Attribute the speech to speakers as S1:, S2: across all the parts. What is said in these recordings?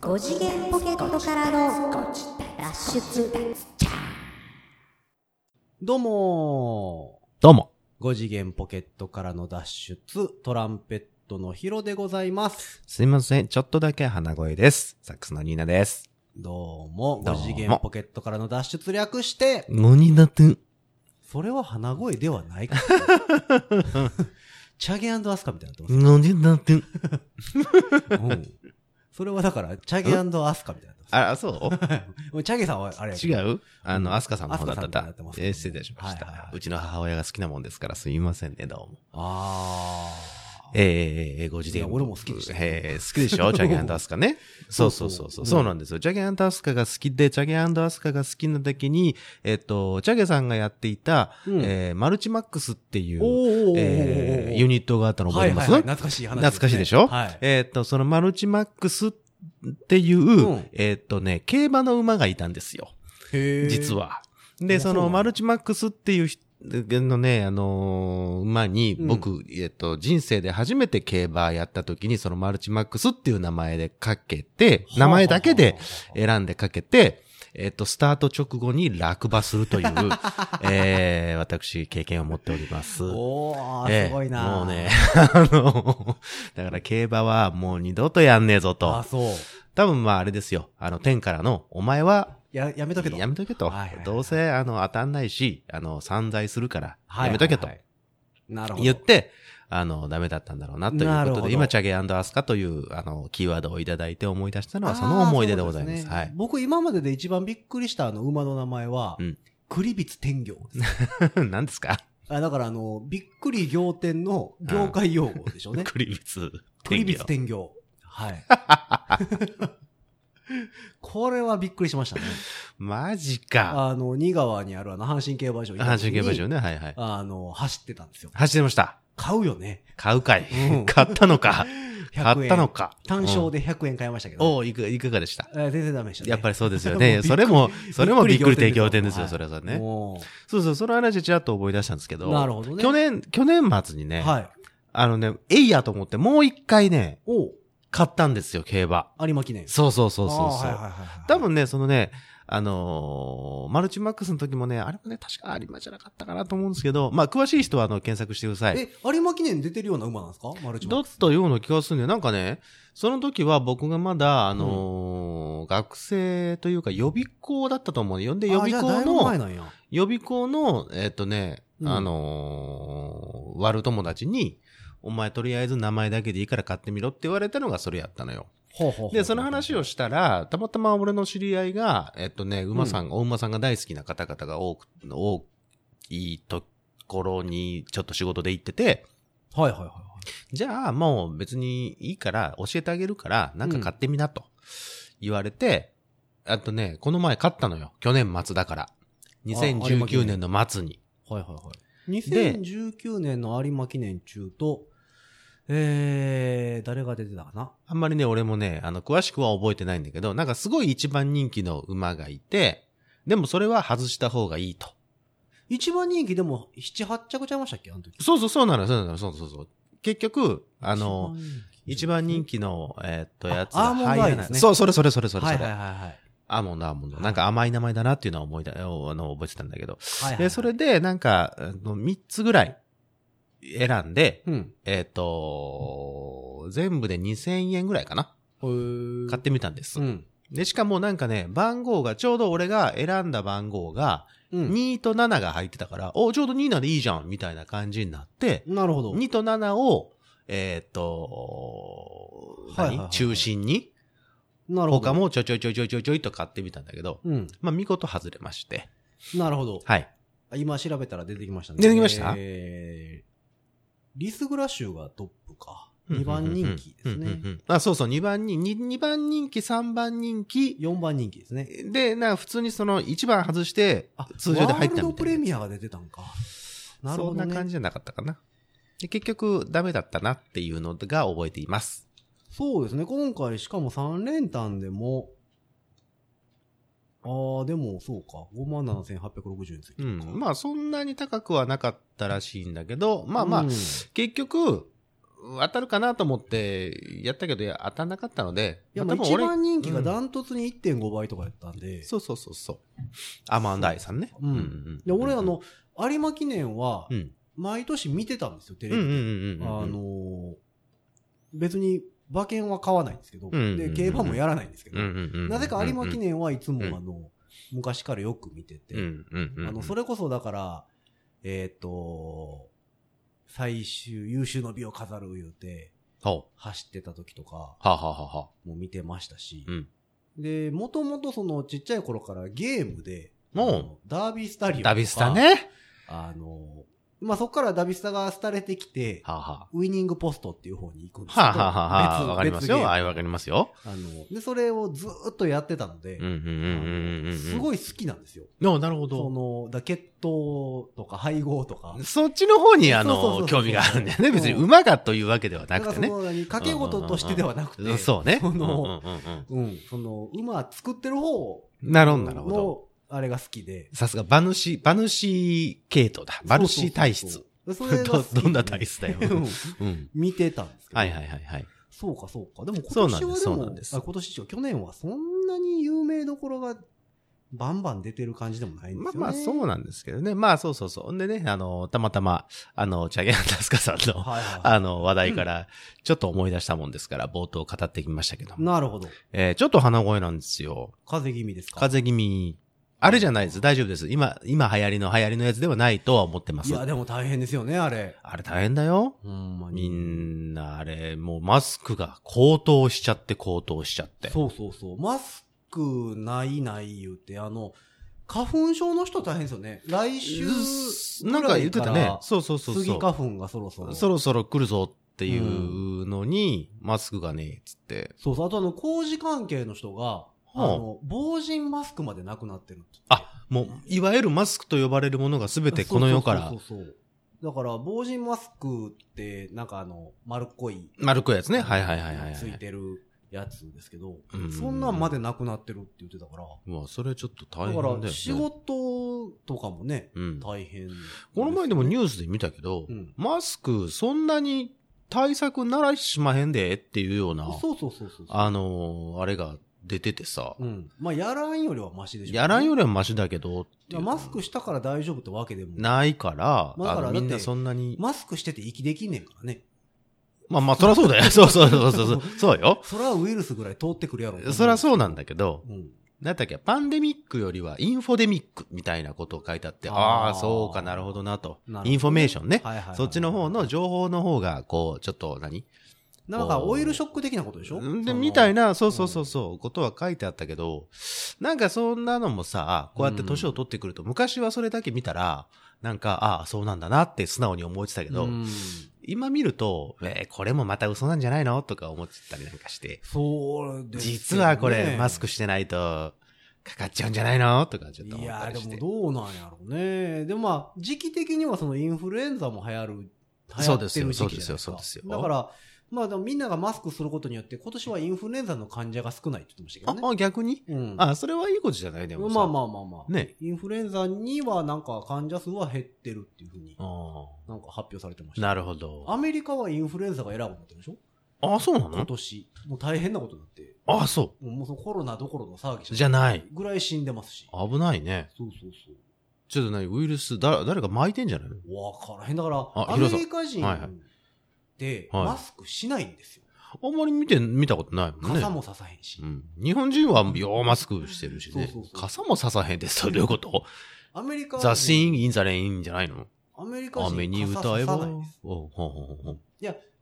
S1: 5次元ポケットからの脱出
S2: どうも
S3: どうも。
S2: ー。5次元ポケットからの脱出、トランペットのヒロでございます。
S3: すいません。ちょっとだけ鼻声です。サックスのニーナです。
S2: どうも、
S3: どう
S2: 5
S3: も
S2: 次元ポケットからの脱出略して、
S3: のニーナくん。
S2: それは鼻声では ないか。チャゲアスカみたいになって
S3: のニーナくん。
S2: ます。うんそれはだから、チャゲアスカみたいになってます。
S3: あら、そう
S2: もうチャゲさんはあれやけ
S3: 違
S2: ど
S3: うあ
S2: うん
S3: の、アスカさんの方だった
S2: アスカさんの方になってます
S3: えー失礼しました、
S2: はいはいはいう
S3: ちの母親が好きなもんですから、すいませんね、どうも。
S2: あー。
S3: えー、えー、えー、ご自
S2: いや俺も好きでした
S3: えー、好き でしょチャゲアンドアスカね。そうそうそう
S2: そうそう
S3: そうう。
S2: ん
S3: そうなんですよ。チャゲアンドアスカが好きで、チャゲアンドアスカが好きなだけに、えっ、と、チャゲさんがやっていた、
S2: うん
S3: えー、マルチマックスっていう、
S2: おー
S3: えー、ユニットがあったの覚えてます、
S2: はいはいはい、懐かしい話すね、
S3: 懐かしいでしょ
S2: はい。
S3: えーっと、そのマルチマックスっていう、
S2: うん
S3: えーっとね、競馬の馬がいたんですよ。
S2: へー
S3: 実。は。
S2: あ
S3: で、そ
S2: そうな
S3: の
S2: の
S3: マルチマックスっていう人のね、あのー馬に
S2: うん
S3: 僕、えーっと、人生で初めて競馬やった時に、そのマルチマックスっていう名前でかけて、名前だけで
S2: え
S3: 選んでかけて、えーっと、スタート直後に落馬す るという、えー私、経験を持っております。
S2: おー、
S3: ええ
S2: すごいな、
S3: もうね、。 あの、だから競馬はもう二度とやんねえぞ
S2: あ、
S3: と。
S2: そう。
S3: 多分まああれですよ。あの、天からの、お前は、
S2: や、やめとけと。
S3: やめとけと
S2: はいはいはい。
S3: どうせ、あの、当たんないし、あの、散財するから、
S2: はい
S3: やめとけと
S2: はいはいなるほど。
S3: 言って、あの、ダメだったんだろうな、とい
S2: な
S3: う
S2: るほ
S3: こと
S2: ど
S3: で、今、チャゲアスカという、あの、キーワードをいただいて思い出したのは、その思い出でございま
S2: あー
S3: す。
S2: そう
S3: は
S2: でね
S3: い。
S2: 僕今までで一番びっくりしたあの馬の名前は
S3: うん、
S2: 栗ビ天 行ですね。
S3: 何で すか
S2: あだからあの、びっくり仰天の業界用語でしょう ね。
S3: クリビツ。
S2: 栗ビ天行。はい。 これはびっくりしましたね。
S3: マジか。
S2: あの、新川にあるあの、阪神競馬場行った
S3: 阪
S2: 時に
S3: 神競馬場ね、はいはい。
S2: あの、走ってたんですよ。
S3: 走ってました。
S2: 買うよね。
S3: 買うかい
S2: うん。
S3: 買ったのか。
S2: 100円
S3: 買ったのか。
S2: 単
S3: うん
S2: 勝で100円買いましたけ
S3: お
S2: ど、
S3: おいか、いかがでした
S2: えー全然ダメでしたね。
S3: やっぱりそうですよ
S2: もうびっ
S3: ね。
S2: くり
S3: それも、それもびっくり提供店です
S2: は
S3: よ、
S2: い
S3: それはね。
S2: も
S3: そうそう、その話ちらっと思い出したんですけ
S2: う
S3: ど。
S2: なるほどね。
S3: 去年、去年末にね、
S2: はい。
S3: あのね、えいやと思ってもう一回ね、
S2: おう
S3: 買ったんですよ、競馬。
S2: 有馬記念。
S3: そうそうそうそう
S2: あー
S3: そ
S2: はいはい
S3: う。
S2: はいはい
S3: 多分ね、そのね、あのーマルチマックスの時もね、あれもね、確か有馬じゃなかったかなと思うんですけど、まあ、詳しい人はあの、検索してください。
S2: え、有馬記念出てるような馬なんですかマルチマ
S3: だ
S2: ッ
S3: っ
S2: クス。
S3: たような気がするんだよ。なんかね、その時は僕がまだ、あのー学生というか予備校だったと思うよ。で、予
S2: あ
S3: 備
S2: じゃあ
S3: 校
S2: だいぶ前
S3: の、
S2: なんや。
S3: 予備校の、えっ、とね、
S2: うん
S3: あのー悪友達に、お前とりあえず名前だけでいいから買ってみろって言われたのがそれやったのよ。
S2: ほうほうほう
S3: で、その話をしたら、たまたま俺の知り合いが、えっとね、馬さん、お馬さんが大好きな方々が多く、多いところにちょっと仕事で行ってて、
S2: はいはいはいはい。
S3: じゃあ、もう別にいいから、教えてあげるから、なんか買ってみなと言われて、あとね、この前買ったのよ。去年末だから。2019年の末に。
S2: はいはいはい。
S3: で
S2: 2019年の有馬記念中と、えー、誰が出てたかな
S3: あんまりね、俺もね、あの、詳しくは覚えてないんだけど、なんかすごい一番人気の馬がいて、でもそれは外した方がいいと。
S2: 一番人気でも7、8着ちゃいましたっけあの時。
S3: そうそう、そうなの、そうなの、そうそうそう。結局、あの、一
S2: 一
S3: 番
S2: 番
S3: 人
S2: 人気、
S3: 気の、えーっと、やつ
S2: あアーモンドアイ
S3: 入ら
S2: で
S3: ない
S2: すね
S3: そう、それそれそれそれそ
S2: はい
S3: れ。
S2: はいはいはい。
S3: アーモンドアーモンド。なんか甘い名前だなっていうのは思いだ、あの、覚えてたんだけど。
S2: はいはいは
S3: で、
S2: い
S3: それで、なんか、あの3つぐらい選んで、
S2: うん。
S3: えーっと、全部で2000円ぐらいかな。買ってみたんです
S2: う。ん。
S3: で、しかもなんかね、番号が、ちょうど俺が選んだ番号が、
S2: うん。
S3: 2と7が入ってたから、お、ちょうど2なんでいいじゃん、みたいな感じになって、
S2: なるほど。
S3: 2と7を、えーっと、
S2: はいはいはい
S3: 何中心に、
S2: なるほど。
S3: 他。もちょいちょいちょいちょいちょいちょいと買ってみたんだけど、
S2: うん。
S3: まあ、見事外れまして。
S2: なるほど。
S3: はい。
S2: 今調べたら出てきましたね。
S3: 出てきました
S2: えー、リスグラ州がトップか。
S3: うんう
S2: 2
S3: んうんうん
S2: 番人気です
S3: うんうんう
S2: ね。
S3: んあ、そうそう、2番人気、2番人気、3番人気。
S2: 4番人気ですね。
S3: で、なんか普通にその1番外して、通常で入ったみた
S2: ワ
S3: いな
S2: ールドプレミアが出てたんか。なるほど、ね。
S3: そんな感じじゃなかったかな。で結局、ダメだったなっていうのが覚えています。
S2: そうですね。今回しかも3連単でも、ああでもそうか。57,860円ついて
S3: う
S2: るか。
S3: ん。まあ、そんなに高くはなかったらしいんだけど、まあまあ、
S2: うん
S3: 結局、う当たるかなと思って、やったけど、いや当たんなかったので、
S2: いや、ま
S3: ま
S2: あ
S3: あ
S2: 一番人気
S3: う
S2: が
S3: ん
S2: ダントツに1.5倍とかやったんで、
S3: そうそうそうそう。アマンダイさんね。
S2: うん
S3: ん
S2: で俺あ、の、有馬記念は
S3: う、ん。
S2: 毎年見てたんですよ、テ
S3: う
S2: レ
S3: んうん
S2: ビで。
S3: うんうん。
S2: あのー、別に馬券は買わないんですけど、
S3: うんうんうん
S2: で、競馬もやらないんですけど
S3: うん、うんうん、
S2: なぜか有馬記念はいつも
S3: うん
S2: あの、昔からよく見てて、
S3: うんうんうん。
S2: あの、そ
S3: れ、
S2: れこそだから、えっ、と、最終、優秀の美を飾る言うて、
S3: ほ
S2: 走ってた時とか
S3: う。はあ、はあはあはあ、
S2: も見てましたし、
S3: うん
S2: で、もともとそのちっちゃい頃からゲームで、
S3: もう
S2: あのダービースタリオンとか
S3: ダビスタ。ね。
S2: あの、まあ、そこからダビスタが廃れてきて、
S3: はあ、は
S2: ウイニングポストっていう方に行くんです
S3: あ。
S2: けど、
S3: はあ、はあはあはあ。わかりますよ。
S2: あ
S3: はい、わかりますよ。
S2: の、で、それをずーっとやってたので、
S3: うんうんうんうんうん。
S2: す
S3: い。
S2: ごい好きなんですよ。
S3: なるほ
S2: そ
S3: ど。
S2: の、だ血統とか配合とか。
S3: そっちの方に、あ
S2: そうそうそうそ
S3: の、
S2: う
S3: 興味があるんだよね。別に、
S2: うん
S3: 馬がというわけではな
S2: だから
S3: くて
S2: そ
S3: ね。
S2: の、何掛け事としてではなく
S3: うん
S2: て、
S3: そうね。
S2: その、
S3: うんうんうんう
S2: う
S3: ん
S2: ん、その、馬作ってる方
S3: なるほど、なるほど。
S2: の、あれが好きで。
S3: さすが、馬主、馬主系統だ。馬主体
S2: そ
S3: 質
S2: う。そうそう。それが好きで
S3: どどんな体質だ よ
S2: うん
S3: うん。
S2: 見てたんですけど。
S3: はいはいはいはい。
S2: そうかそうか。でも今
S3: そうなん
S2: 年
S3: で
S2: は
S3: す
S2: でも、
S3: そうなんです
S2: あ今年一応去年はそんなに有名どころがバンバン出てる感じでもないんで
S3: まあ
S2: すよね。
S3: まあ、そうなんですけどね。まあそうそうそう。んでね、あの、たまたま、あの、チャゲアンダスカさんの、
S2: はいはいは
S3: あの、話題から、ちょっと思い出したもんですから、冒頭語ってきましたけど
S2: い。。なるほど。
S3: えーちょっと鼻声なんですよ。
S2: 風邪気味ですか
S3: 風邪気味。あれじゃないです。大丈夫です。今、今流行りの流行りのやつではないとは思ってま
S2: い
S3: す。
S2: や、でも大変ですよね、あれ。
S3: あれ大変だよ。
S2: ほんまに。
S3: みんな、あれ、もうマスクが高騰しちゃって高騰しちゃって。
S2: そうそうそう。マスクないない言うて、あの、花粉症の人大変ですよね。来週
S3: うっなんか言ってたね。そうそうそうそ
S2: 杉
S3: う。
S2: 花粉がそろそろ。
S3: そ
S2: そう
S3: ろそろ来るぞっていうのに、マスクがねえ、つって。
S2: そう。あとあの、工事関係の人が、あ
S3: はあ
S2: の、防塵マスクまでなくなってるって。
S3: あ、もう、いわゆるマスクと呼ばれるものが全てこの世から
S2: そう、そうそうそうだから、防塵マスクって、なんかあの、丸っこい。
S3: 丸くやつね。はいはいはいはいは
S2: つい
S3: い。
S2: てるやつですけど
S3: うん、
S2: そんなんまでなくなってるって言ってたから。
S3: うわ、それちょっと大
S2: だ
S3: 変だ
S2: か
S3: よ、ね。
S2: ら、仕事とかもね、
S3: うん。こ
S2: 大変、
S3: の前でもニ
S2: ュ
S3: ュースで見たけど、
S2: うん
S3: マスクそんなに対策ならしまへんでっていうような、
S2: そうそうそうそう。
S3: あのーあれが出ててさ、
S2: うん。まあ、やらんよりはマシでしょうね、
S3: やらんよりはマシだけどってい
S2: まあ
S3: う
S2: マスクしたから大丈夫ってわけでも。
S3: ないから、
S2: まあだからだっ
S3: あの
S2: て
S3: みんなそんなに。
S2: マスクしてて息できんねんからね。
S3: まあまあ、そらそう だよ。そうそうそうそうそう。そうよ。
S2: そらウイルスぐらい通ってくるやろ。
S3: そらそう
S2: う。
S3: なんだけど、
S2: うん。
S3: なんだっけ、パンデミックよりはインフォデミックみたいなことを書いてあって、
S2: あー
S3: ああ、そうかなるほどなと
S2: なるほどね
S3: インフォメーションね。
S2: はいはいはい
S3: そっちの方の情報の方が、こう、ちょっと何、
S2: なんかオイルショック的なことでしょ
S3: で、みたい
S2: な。
S3: な、そうそうそうそう、ことは書いてあったけど、なんかそんなのもさ、こうやって年を取ってくると、昔はそれだけ見たら、なんか、ああ、そうなんだなって素直に思ってたけど、
S2: うん
S3: 今見ると、えーこれもまた嘘なんじゃないのとか思ってたりなんかして、
S2: そうですよね
S3: 実はこれ、マスクしてないと、かかっちゃうんじゃないのとかちょっと
S2: い
S3: 思った
S2: や
S3: りし
S2: で
S3: て。
S2: もどうなんやろうね。でもまあ、時期的にはそのインフルエンザも流行る、流行
S3: そう
S2: って
S3: で
S2: る
S3: すよ
S2: 時期じゃないか
S3: そうですよそうですよ
S2: だから、まあでもみんながマスクすることによって、今年はインフルエンザの患者が少ないって言ってましたけどね。
S3: あ、あ逆に
S2: うん。
S3: あ、それはいいことじゃないでもさ。
S2: まあまあまあまあ。
S3: ね。
S2: インフルエンザにはなんか患者数は減ってるっていうふうに
S3: あ
S2: なんか発表されてまし
S3: ー
S2: た。
S3: なるほど。
S2: アメリカはインフルエンザが偉くなってるでしょ
S3: あ、そうな
S2: 今
S3: の
S2: 年。もう大変なことになって。
S3: あ、そ
S2: もうもうそのコロナどころの騒ぎ
S3: う。じゃない。
S2: ぐらい死んでますし。
S3: 危ないね。
S2: そうそうそう。
S3: ちょっと何ウイルス、だ、誰か巻いてんじゃないの
S2: わからへん。だから、
S3: あ
S2: ア
S3: ヒロ
S2: メ
S3: さん
S2: リカ人
S3: はいはい
S2: って
S3: はい
S2: マスクしないんですよ。
S3: あんまり見て、見たことないもんね。
S2: 傘もささへんし
S3: う。ん。日本人はようマスクしてるしね。
S2: そうそうそう
S3: 傘もささへんです。どういうこと
S2: アメリカ
S3: 雑誌
S2: 人、
S3: インザレインじゃないの
S2: アメリカ人
S3: 雨に
S2: 傘
S3: 歌え
S2: さ
S3: ば。
S2: さな
S3: お
S2: いで
S3: う
S2: す。
S3: ほうほうほうほう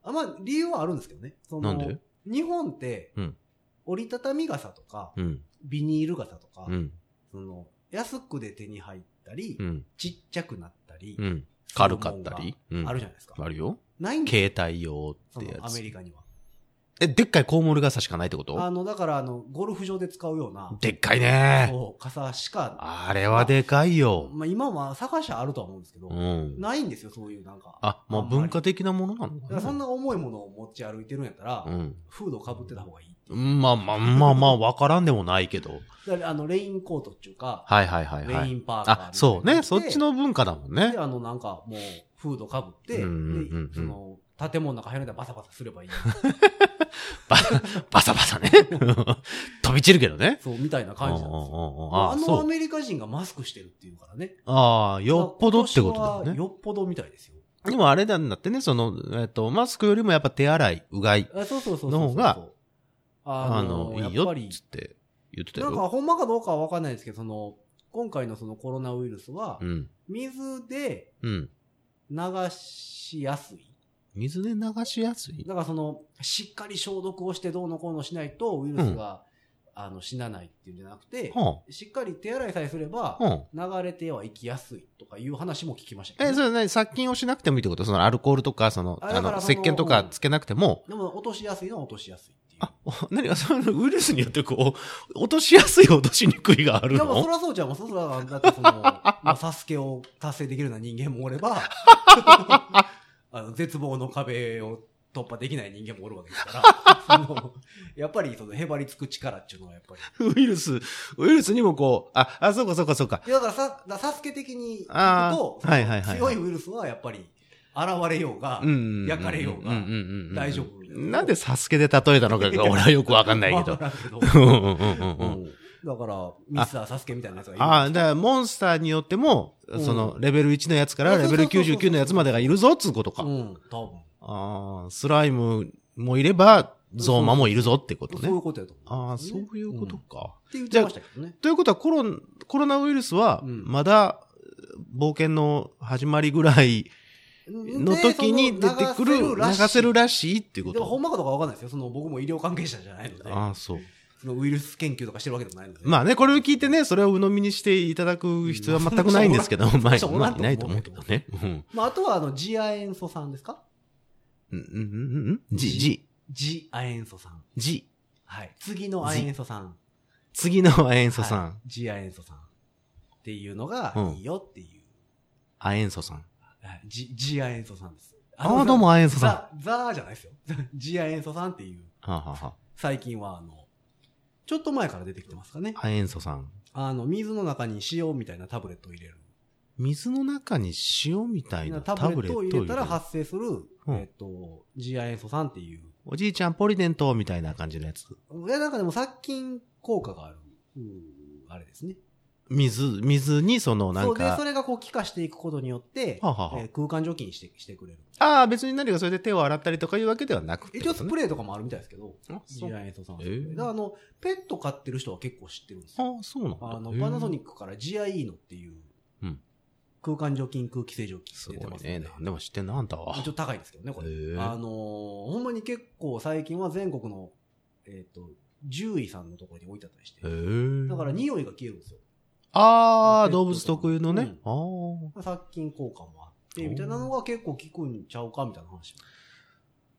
S2: あまあ、理由はあるんですけどね。そ
S3: な
S2: の
S3: んで
S2: 日本って
S3: うん、
S2: 折りたたみ傘とか、
S3: うん。
S2: ビニール傘とか
S3: う、ん。
S2: その、安くで手に入ったり
S3: う、ん。
S2: ちっちゃくなったり
S3: う、ん。軽かったり。うん。
S2: あるじゃないですか。
S3: あるよ。
S2: ないんですよ
S3: 携帯用っ
S2: そ
S3: てや
S2: のアメ
S3: つ。
S2: リカには。
S3: え、でっかいコウモリ傘しかないってこと
S2: あの、だから、あの、ゴルフ場で使うような、
S3: でっかいね。
S2: そう傘しか、
S3: あれはでかいよ。
S2: まあ今は探しはあるとは思うんですけど
S3: う、ん。
S2: ないんですよ、そういうなんか。
S3: あ、まあ
S2: あんまり
S3: 文化的なものなの
S2: だからそ
S3: か
S2: ん
S3: な
S2: な重いものを持ち歩いてるんやったら、
S3: うん。
S2: フードかぶってた方がいい。
S3: まあまあまあまあ、わからんでもないけど。
S2: だからあの、レインコートっていうか、
S3: はいはいはいは
S2: レイ
S3: い。
S2: ンパーカーみたいな
S3: あ、そうね。
S2: の着て
S3: そっちの文化だもんね
S2: で、。あの、なんかもう、フードかぶって、
S3: うんうんうんうん
S2: で、その、建物の中入るんだらバサバサすればいい。
S3: バサ、バサバサね。 飛び散るけどね。
S2: そう、みたいな感じなんですよ。
S3: うんうんうん
S2: あ
S3: あ、
S2: の
S3: そ
S2: ア
S3: う。
S2: メリカ人がマスクしてるっていうからね。
S3: ああ、よっぽどってことだよ
S2: 今
S3: ね
S2: 年。はよっぽどみたいですよ。
S3: でもあれなんだってね、その、えっ、と、マスクよりもやっぱ手洗い、うがい、
S2: あそうそうそうそうそう。
S3: の方が、あ
S2: あ
S3: の
S2: の、、
S3: いい
S2: やっ
S3: よ
S2: ぱ
S3: っ
S2: り
S3: つって言ってた
S2: なん
S3: よ。
S2: か、ほんまかどうかはわかんないですけど、その、今回のそのコロナウイルスは
S3: う、ん。
S2: 水で
S3: うん。
S2: 流しやすい。
S3: 水で流しやすい。
S2: だからその、しっかり消毒をしてどうのこうのしないと、ウイルスが、あの、死なないっていうんじゃなくて、
S3: は
S2: しっかり手洗いさえすれば
S3: あ、、は
S2: 流れては行きやすいとかいう話も聞きました
S3: あ、え、
S2: け
S3: そ
S2: ど、ね。
S3: れ何殺菌をしなくてもいいってことそのアルコールとか、その、
S2: あ
S3: あ
S2: だから
S3: の、
S2: そ
S3: 石
S2: の
S3: 鹸とかつけなくても、
S2: でも、落としやすいのは落としやすいっていう。
S3: あ、お 何が、そのウイルスによってこう、落としやすい、落としにくいがある
S2: いや、まあ、
S3: の
S2: そらそうじゃん。もうそら、だってその、ま あ、サスケを達成できるような人間もおれば、 あの、絶望の壁を突破できない人間もおるわけですから、そのやっぱり、その、へばりつく力っていうのはやっぱり。
S3: ウイルス、ウイルスにもこう、あ、あ、そうかそうかそうか。
S2: いやだからさ、だからサスケ的に
S3: あ
S2: 行くと、
S3: ー
S2: その
S3: はいはいはい
S2: 強いウイルスはやっぱり、現れようが、
S3: うん。
S2: 焼かれようが
S3: んんんうん
S2: 大丈夫
S3: なんでサスケで例えたのかが俺はよくわかんないけど
S2: わ。からんけど
S3: うんうん うんうん。
S2: うんだから、ミスターサスケみたいなやつがいる。
S3: ああ、だからモンスターによっても、
S2: うん
S3: その、レベル1のやつから
S2: あそう
S3: レ
S2: そう
S3: ベ
S2: そ
S3: ル
S2: うそう
S3: 99のやつまでがいるぞ、つうことか。
S2: うん、多分。
S3: ああ、スライムもいれば、ゾーマもいるぞってこと
S2: そうい
S3: ね。
S2: うことやと
S3: あ
S2: 思う
S3: あ、
S2: んです
S3: そ
S2: よね、
S3: ういうことか。
S2: って言ってましたけどね。
S3: ということは、コロン、コロナウイルスは、
S2: うん
S3: まだ、冒険の始まりぐらいの時に出てくる、流せる
S2: らし
S3: らしいってい
S2: い。
S3: うこ
S2: でも、ほんま
S3: と。
S2: かどうかわかんないですよ。その、僕も医療関係者じゃないので、
S3: ああ、そう。
S2: そのウイルス研究とかしてるわけでもないので。
S3: まあね、これを聞いてね、それを鵜呑みにしていただく必要は全くないんですけど、まあ、
S2: そう
S3: まあいないと
S2: そう
S3: 思
S2: な
S3: うんけ
S2: だ
S3: どね。うん。
S2: まあ、あとは、あの、ジア塩素さんですか
S3: うん、うん、うん、うん。じ、じ、
S2: ジア塩素さん。
S3: じ。
S2: はい。次の亜塩素さん。
S3: 次のアエンソさ
S2: はい
S3: ん。。
S2: ジア塩素さん。っていうのが
S3: うん、
S2: いいよっていう。
S3: アエンソさん。
S2: はいジジア塩素さんです。
S3: ああ、どうもアエンソさん。は
S2: ザ、ザーじゃないですよ。 ジア塩素さんっていう、
S3: あ、はあは
S2: 最近は、あの、ちょっと前から出てきてますかね。
S3: あ、アエンソさん。
S2: あの、水の中に塩みたいなタブレットを入れる。
S3: 水の中に塩みたいな
S2: タ
S3: タブ
S2: ブレ
S3: レッ
S2: ッ
S3: ト
S2: トを
S3: を入
S2: 入
S3: れ
S2: れ
S3: た
S2: た
S3: ら
S2: ら発生する、
S3: うん
S2: えっと、ジア塩素酸っていう。
S3: おじいちゃんポリデントみたいな感じのやつ。
S2: いや、なんかでも殺菌効果がある。うんあれですね。
S3: 水、水にそのな
S2: そ
S3: ん
S2: うで、そ
S3: か、
S2: れがこう気化していくことによって、
S3: はあはあはあ
S2: えー空間除菌してしてくれる。
S3: ああ、別に何かそれで手を洗ったりとかいうわけではなくて。
S2: 一応スプレーとかもあるみたいですけど、
S3: あ
S2: ジ
S3: そう
S2: ア塩素酸。
S3: えー
S2: だからあの、ペット飼ってる人は結構知ってるんですよ。
S3: あ、そうなんだ。
S2: あの、パナソニ
S3: ック。
S2: ックから GIE のっていう
S3: うん、
S2: 空間除菌、空気清浄機
S3: す
S2: 出て
S3: ご
S2: ま
S3: い
S2: すので
S3: ね。なんでも知ってんな、あんたは
S2: ちょっ。と高いですけどね、これ。
S3: へー
S2: あのーほんまに結構最近は全国の、えっ、と、獣医さんのところに置いてあったりして
S3: へ。え。
S2: だから匂いが消えるんですよ。
S3: ああ、動物特有の
S2: う
S3: ね
S2: ん。
S3: ああ。
S2: 殺菌効果もあって、みたいなのが結構効くんちゃうか、みたいな話。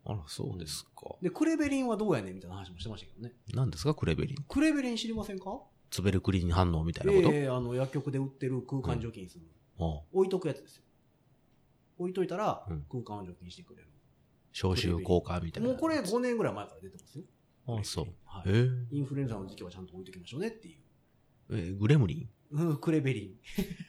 S3: あら、そうですか。
S2: で、クレベリンはどうやねんみたいな話もしてましたけどね。
S3: 何ですか、クレベリン。
S2: クレベリン知りませんか
S3: ツベルクリーン反応みたいなこと
S2: ええあの、薬局で売ってる空間除菌する。
S3: ああ
S2: 置いとくやつですよ。置いといたら
S3: うん、
S2: 空間を除菌してくれる。
S3: 消臭効果みたいな。
S2: もうこれ5年ぐらい前から出てますよ。
S3: ああ、そう。
S2: は
S3: え
S2: い。
S3: ー
S2: インフルエンザの時期はちゃんと置いときましょうねっていう。
S3: えーグレムリン
S2: うん、クレベリ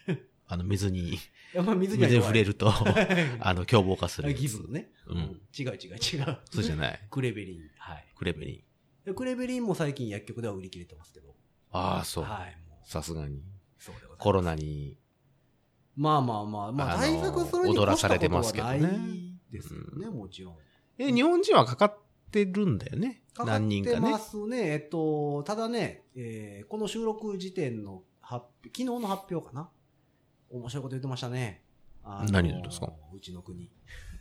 S2: ン。
S3: あの、水に、
S2: やっぱ水
S3: 水
S2: には
S3: で触れ
S2: る。
S3: ると、あの、凶暴化するやつ。
S2: ギブね。
S3: うん。
S2: 違う違う違う。
S3: そうじゃない。
S2: クレベリン。はい
S3: クレベリン。
S2: で。クレベリンも最近薬局では売り切れてますけど。
S3: ああ、そう。
S2: はい。もう、
S3: さすがに。
S2: そうでございます
S3: コロナに。
S2: まあまあまあ、まあ
S3: あのー
S2: 対策するに
S3: 踊
S2: 越
S3: ら
S2: し
S3: さ
S2: た
S3: れて
S2: ことは
S3: ますけど
S2: な
S3: ね
S2: いですよね、もちろん。
S3: え、日本人はかかってるんだよね。
S2: かかっ
S3: 何人
S2: て
S3: かね
S2: ま。すね。えっと、ただね、えーこの収録時点の発表、昨日の発表かな面白いこと言ってましたね。あのー
S3: 何ですか
S2: うちの国。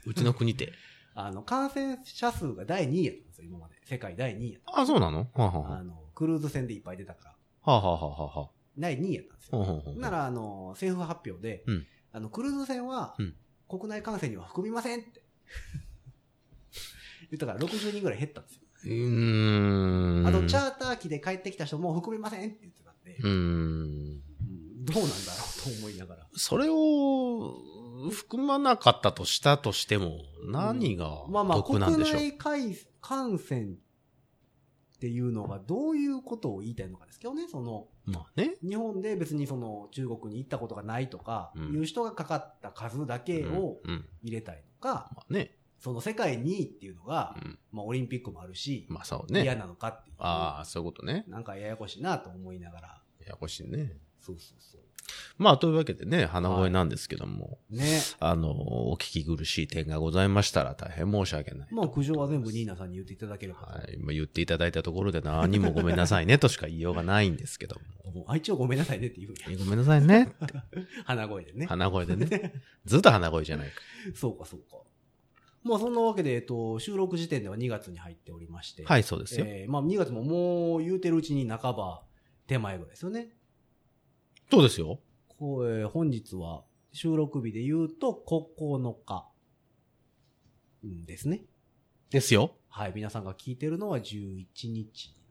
S3: うちの国で。
S2: あの、感染者数が第2位やったんですよ、今まで。世界第2位やった。
S3: ああ、そうなのはあは
S2: あの、クルーズ船でいっぱい出たから、
S3: あはあはあはあはあは
S2: 第2位やったんです
S3: あは
S2: よ。
S3: あはあ。
S2: なら、あの、政府発表で、
S3: うん
S2: あの、クルーズ船は
S3: うん、
S2: 国内感染には含みませんって。 言ったから60人ぐらい減ったんですよ。
S3: うーん。
S2: あと、チャーター機で帰ってきた人も含みませんって言ってたんで、
S3: うーん。
S2: うんどうなんだろうと思いながら。
S3: それを含まなかったとしたとしても、何が
S2: まあまあ、
S3: 得
S2: 国
S3: なんでしょう。
S2: 内感感染っていうのがどういうことを言いたいのかですけどね、その、
S3: まあね。
S2: 日本で別にその中国に行ったことがないとか、
S3: うん
S2: いう人がかかった数だけを
S3: うんうん
S2: 入れたりとか、
S3: まあね。
S2: その世界2位っていうのが、
S3: うん
S2: まあオリンピックもあるし、
S3: まあそう
S2: 嫌
S3: ね。
S2: なのかっていう。
S3: ああ、そういうことね。
S2: なんかややこしいなと思いながら。
S3: ややこしいね。
S2: そうそうそう。
S3: まあ、というわけでね、鼻声なんですけども、
S2: ね。
S3: あの、お聞き苦しい点がございましたら大変申し訳ない。
S2: まあ苦情は全部ニーナさんに言っていただければと。
S3: はい、まあ言っていただいたところで何もごめんなさいねとしか言いようがないんですけども。
S2: もうあ一応ごめんなさいねって言うん
S3: え
S2: や。
S3: ごめんなさいね。
S2: 鼻声 でね。
S3: 鼻声でね。ずっと鼻声じゃないか。
S2: そうかそうか。まあそんなわけで、えっと、収録時点では2月に入っておりまして。。
S3: はいい、そうですよ。
S2: えーまあ2月ももう言うてるうちに半ば手前ぐらいですよね。
S3: そうですよ。
S2: こうえー本日は収録日で言うと9日うんですね。
S3: ですよ。
S2: はい。皆さんが聞いてるのは11日にな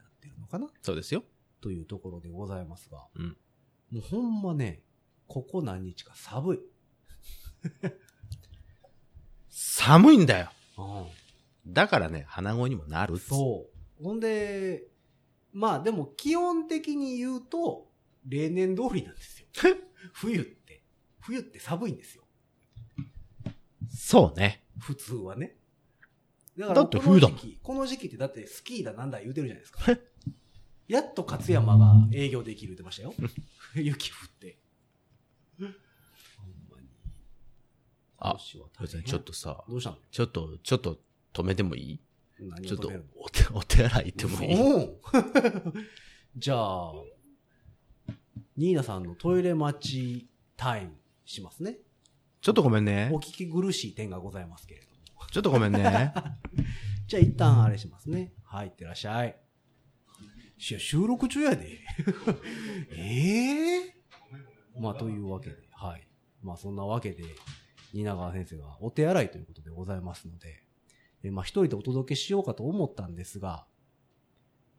S2: ってるのかな
S3: そうですよ。
S2: というところでございますが。
S3: うん
S2: もうほんまね、ここ何日か寒い。
S3: 寒いんだよ。
S2: うん。
S3: だからね、鼻声にもなるっつ
S2: そう。ほんで、まあでも基本的に言うと、例年通りなんですよ。 冬って。冬って寒いんですよ。
S3: そうね。
S2: 普通はね。だか
S3: だ
S2: ら
S3: って
S2: この
S3: 冬だ
S2: 時
S3: もん
S2: 期、この時期ってだってスキーだなんだ言うてるじゃないですか。やっと勝山が営業できる言ってま したよ。雪降って。ほんまに。
S3: あ
S2: 今年は大変
S3: 別にちょっとさ、
S2: どうしたの
S3: ちょっと、ちょっと止めてもいい
S2: 何
S3: ちょ
S2: を
S3: っ
S2: 止
S3: と
S2: めるの
S3: お手、お手洗い行ってもいい
S2: うん じゃあ、ニーナさんのトイレ待ちタイムしますね。
S3: ちょっとごめんね
S2: お。聞き苦しい点がございますけれども。
S3: ちょっとごめん ね。
S2: じゃあ一旦あれしますね。はい、いってらっしゃい。いや、収録中やで。 ええまあ、というわけで、はい。まあ、そんなわけで、蜷川先生がお手洗いということでございますので、えまあ、一人でお届けしようかと思ったんですが、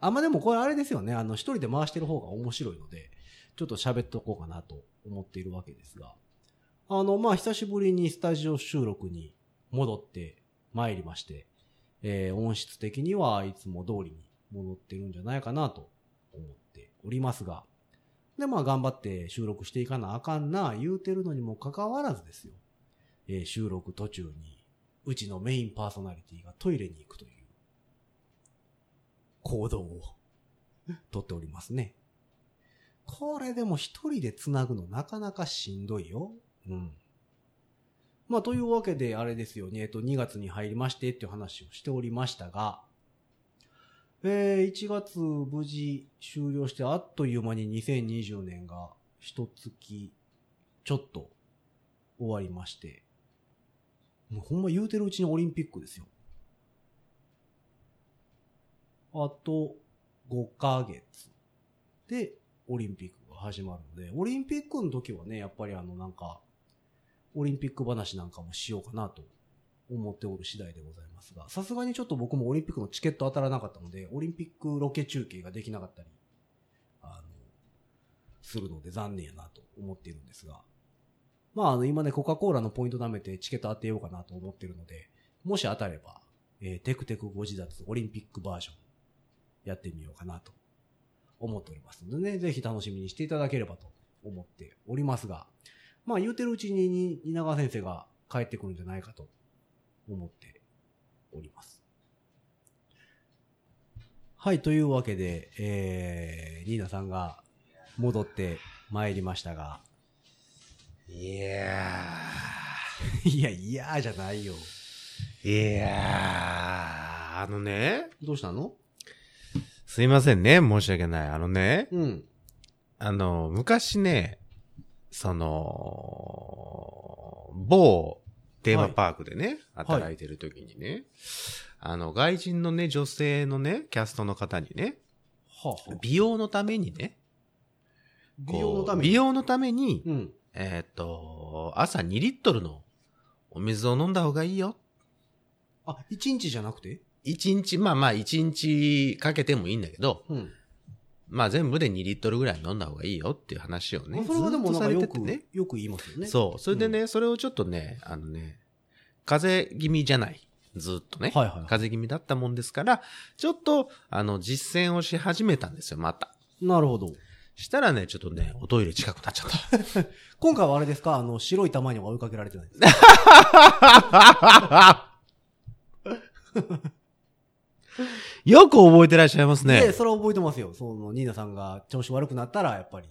S2: あ、まあでもこれあれですよね。あの、一人で回してる方が面白いので、ちょっと喋っとこうかなと思っているわけですが、あの、まあ、久しぶりにスタジオ収録に戻って参りまして、えー音質的にはいつも通りに戻ってるんじゃないかなと思っておりますが、で、まあ頑張って収録していかなあかんな言うてるのにもかかわらずですよ、えー収録途中にうちのメインパーソナリティがトイレに行くという行動をとっておりますね。これでも一人で繋ぐのなかなかしんどいよ。うん。まあ、というわけで、あれですよね、えっと、2月に入りましてっていう話をしておりましたが、えー、1月無事終了して、あっという間に2020年が一月ちょっと終わりまして、もうほんま言うてるうちにオリンピックですよ。あと5ヶ月でオリンピックが始まるので、オリンピックの時はね、やっぱりあのなんか、オリンピック話なんかもしようかなと思っておる次第でございますが、さすがにちょっと僕もオリンピックのチケット当たらなかったので、オリンピックロケ中継ができなかったり、あの、するので残念やなと思っているんですが、まああの今ね、コカ・コーラのポイント貯めてチケット当てようかなと思っているので、もし当たれば、えーテクテクご自立オリンピックバージョンやってみようかなと思っておりますのでね、ぜひ楽しみにしていただければと思っておりますが、まあ言うてるうちにに稲川先生が帰ってくるんじゃないかと思っております。はい、というわけで、えー、ニーナさんが戻って参りましたが、
S3: いや
S2: いや、いやーじゃないよ。
S3: ー。いやー。あのね、
S2: どうしたの
S3: すいませんね、申し訳ない。あのね、
S2: うん。
S3: あの、昔ね、その、某テーマパークでね、
S2: い
S3: 働いてる時にね、あの、外人のね、女性のね、キャストの方にね、
S2: はあ、はあ
S3: 美容のためにね、こ
S2: 美容のた
S3: う
S2: めに
S3: 美容のために、
S2: うん。
S3: えーっと、朝2リットルのお水を飲んだ方がいいよ。
S2: あ、一日じゃなくて
S3: 1日、まあまあ1日かけてもいいんだけど、
S2: うん。
S3: まあ全部で2リットルぐらい飲んだ方がいいよっていう話をね。
S2: それはでもなんか
S3: ず
S2: よ
S3: っと
S2: く、
S3: されてて
S2: よく言いますよね。
S3: ね。そう。それでね、それをちょっとね、あのね、風邪気味じゃない。ずっとね。
S2: はいはいは
S3: 風邪気味だったもんですから、ちょっと、あの、実践をし始めたんですよ、また。
S2: い。なるほど。
S3: したらね、ちょっとね、おトイレ近くなっち ゃった。
S2: 今回はあれですかあの、白い玉には追いかけられてないです
S3: よく覚えてらっしゃいます
S2: で、
S3: ね。
S2: それは覚えてますよ。その、ニーナさんが調子悪くなったら、やっぱり。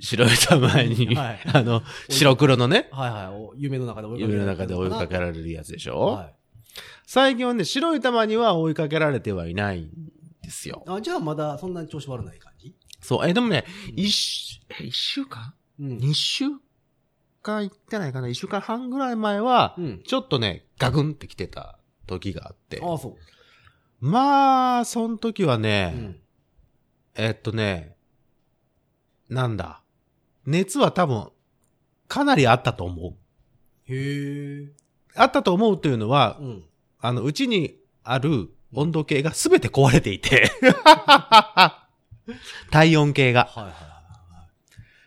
S3: 白い玉前に、
S2: はい
S3: あの、白黒の ね、
S2: はいはいお。夢の中で追いかけ
S3: 夢の中で追いかけ
S2: られ
S3: られるやつでし
S2: た
S3: ょ、
S2: のかなはい。
S3: 最近はね、白い玉には追いかけられてはいないんですよ。
S2: あ、じゃあまだそんなに調子悪ない感じ
S3: そう、え、でもね、
S2: うん
S3: 一週、え一週間
S2: うん。
S3: 二週間行ってないかな一週間半ぐらい前は
S2: う、ん。
S3: ちょっとね、ガグンって来てた時があって。
S2: ああ、そう。
S3: まあ、その時は
S2: う
S3: ね、
S2: ん。
S3: えっとね、なんだ。熱は多分、かなりあったと思う。
S2: へえ。
S3: あったと思うというのは、
S2: うん。
S3: あの、うちにある温度計がすべて壊れていて。体温計が。
S2: はいはいは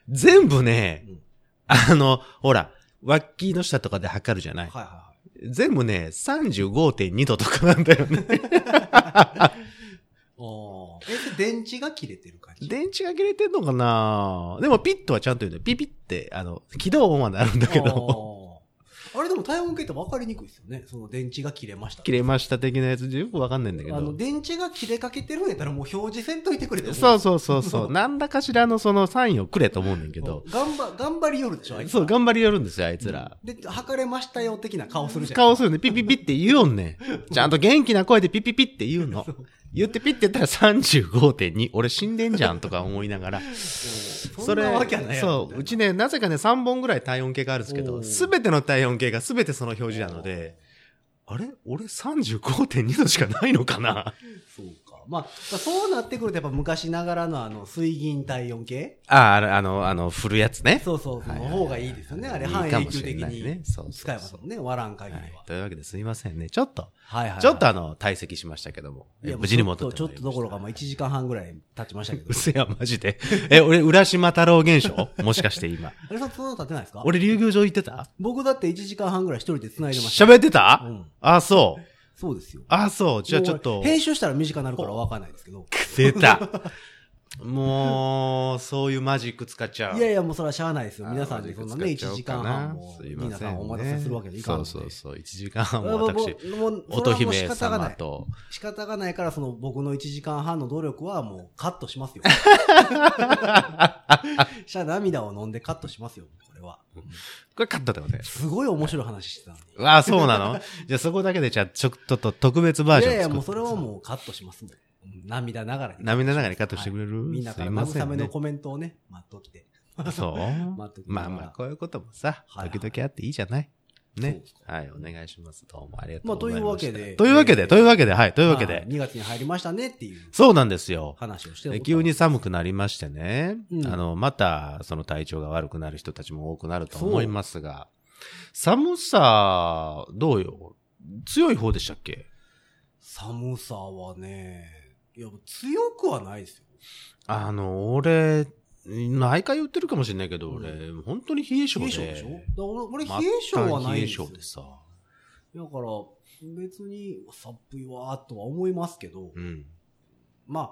S3: 全部ね
S2: うん、
S3: あの、ほら、脇の下とかで測るじゃない
S2: いはい。。はいは
S3: 全部ね、35.2度とかなんだよね。
S2: いはい。ああ。え、それ電池が切れてる感じ
S3: 電池が切れてんのかなでもピッとはちゃんと言うのよピピって、あの、起動音はなるんだけど、
S2: あー。あれでも体温計って分かりにくいですよね。その電池が切れました。
S3: 切れました的なやつよくわかんないんだけ
S2: あの、
S3: ど。
S2: 電池が切れかけてるんやったらもう表示せんといてくれと思
S3: そうそうそうそう。なんだかしらのそのサインをくれと思うんだけ ど。
S2: 頑張、頑張りよるでしょ、あいつ
S3: そう、頑張りよるんですよ、あいつら。
S2: で、測れましたよ、的な顔するじゃん。
S3: 顔するね。ピピピって言うよんね。 ちゃんと元気な声でピピピって言うの
S2: そう。
S3: 言ってピって言ったら35.2。俺死んでんじゃんとか思いながら。
S2: うん そ
S3: そ
S2: ん
S3: れ
S2: なわけはないやろ
S3: そう。うちね、なぜかね、3本ぐらい体温計があるんですけ
S2: お
S3: ど、
S2: ー
S3: すべての体温計がすべてその表示なので、。あれ俺35.2度しかないのかな
S2: そうか。まあ、まあそうなってくると、やっぱ昔ながらのあの、水銀体温計
S3: あ、あの、あの、あの、振るやつね。
S2: そうそう、そ
S3: はい
S2: の
S3: はいはい
S2: 方がいいですよね。あれ、
S3: いい
S2: 半
S3: か
S2: 永
S3: も
S2: 久
S3: しれ
S2: 的
S3: ないね
S2: に
S3: そうそうそう
S2: 使えますもんね、割らん限り
S3: は。
S2: はい
S3: というわけですいませんね。ちょっと、
S2: はいはい。
S3: ちょっとあの、退席しましたけども。
S2: い
S3: え
S2: や
S3: 無事に戻って
S2: ちょっとちょっとどころか、まあ、1時間半ぐらい経ちましたけど
S3: う。せや、マジで。え、俺、浦島太郎現象もしかして今。
S2: あれさん、そんな経ってないですか
S3: 俺、竜宮城行ってた
S2: 僕だって1時間半ぐらい一人で繋いでました。
S3: 喋ってた、
S2: うん。
S3: あ、そう。
S2: そうですよ。
S3: あ、そう。じゃあちょっ
S2: もう
S3: と。
S2: 編集したら短くなるからわかんないですけど。
S3: 出た。 もう、そういうマジック使っちゃう。
S2: いやいや、もうそれはしゃあないですよ。
S3: あー
S2: 皆さんにそんなね、1時間半も、
S3: すいま
S2: 皆
S3: せ
S2: さ
S3: ん、
S2: ん
S3: ね。
S2: お待たせするわけにいかんので。
S3: そうそうそう。1時間半
S2: いや
S3: も
S2: もう
S3: 私、
S2: もう
S3: 乙
S2: それ
S3: 姫
S2: はもう仕方が
S3: 様
S2: ない。
S3: と、
S2: 仕方がないから、その僕の1時間半の努力はもうカットし ますよ。しゃあ涙を飲んでカットしますよ、これは。
S3: これカットだよね。
S2: すごい面白い話してたのに。
S3: うわあ、そうな のじゃあそこだけで、じゃあちょちょっと特別バー
S2: い
S3: ジョン作
S2: やいや、もう
S3: って
S2: それはもうカットしますもん。涙ながらに。
S3: 涙ながらにカットしてくれる、
S2: はいみんなから
S3: すいませ
S2: 慰
S3: ん
S2: め
S3: ね
S2: の。コメントをね、待っときて。
S3: そう
S2: 待っときな
S3: ま
S2: がら
S3: あまあ、こういうこともさ
S2: はい、
S3: 時々あっていいじゃない
S2: そう
S3: ね
S2: です。か
S3: はい、お願いします。どうもありがと
S2: まあ、
S3: うご
S2: と
S3: ざ
S2: い
S3: いました。
S2: うわけで。
S3: というわけで、というわけで、はい、というわけ
S2: はい
S3: で。
S2: 2月に入りましたねっていう
S3: そうなんですよ。
S2: 話をしておった
S3: え急に寒くなりましてね、
S2: うん
S3: あの、また、その体調が悪くなる人たちも多くなると
S2: そう
S3: 思いますが、寒さ、どうよ強い方でしたっけ
S2: 寒さはね、いや、強くはないですよ。
S3: あの、俺、毎回言ってるかもしれないけど、
S2: うん
S3: 俺、本当に冷え性
S2: 冷え
S3: で。
S2: 性でしょだから俺、
S3: ま
S2: 俺冷え性はないんです
S3: 末
S2: よ。
S3: 端冷え性でさ。
S2: だから、別に、さっぷいわーとは思いますけど、
S3: うん。
S2: まあ、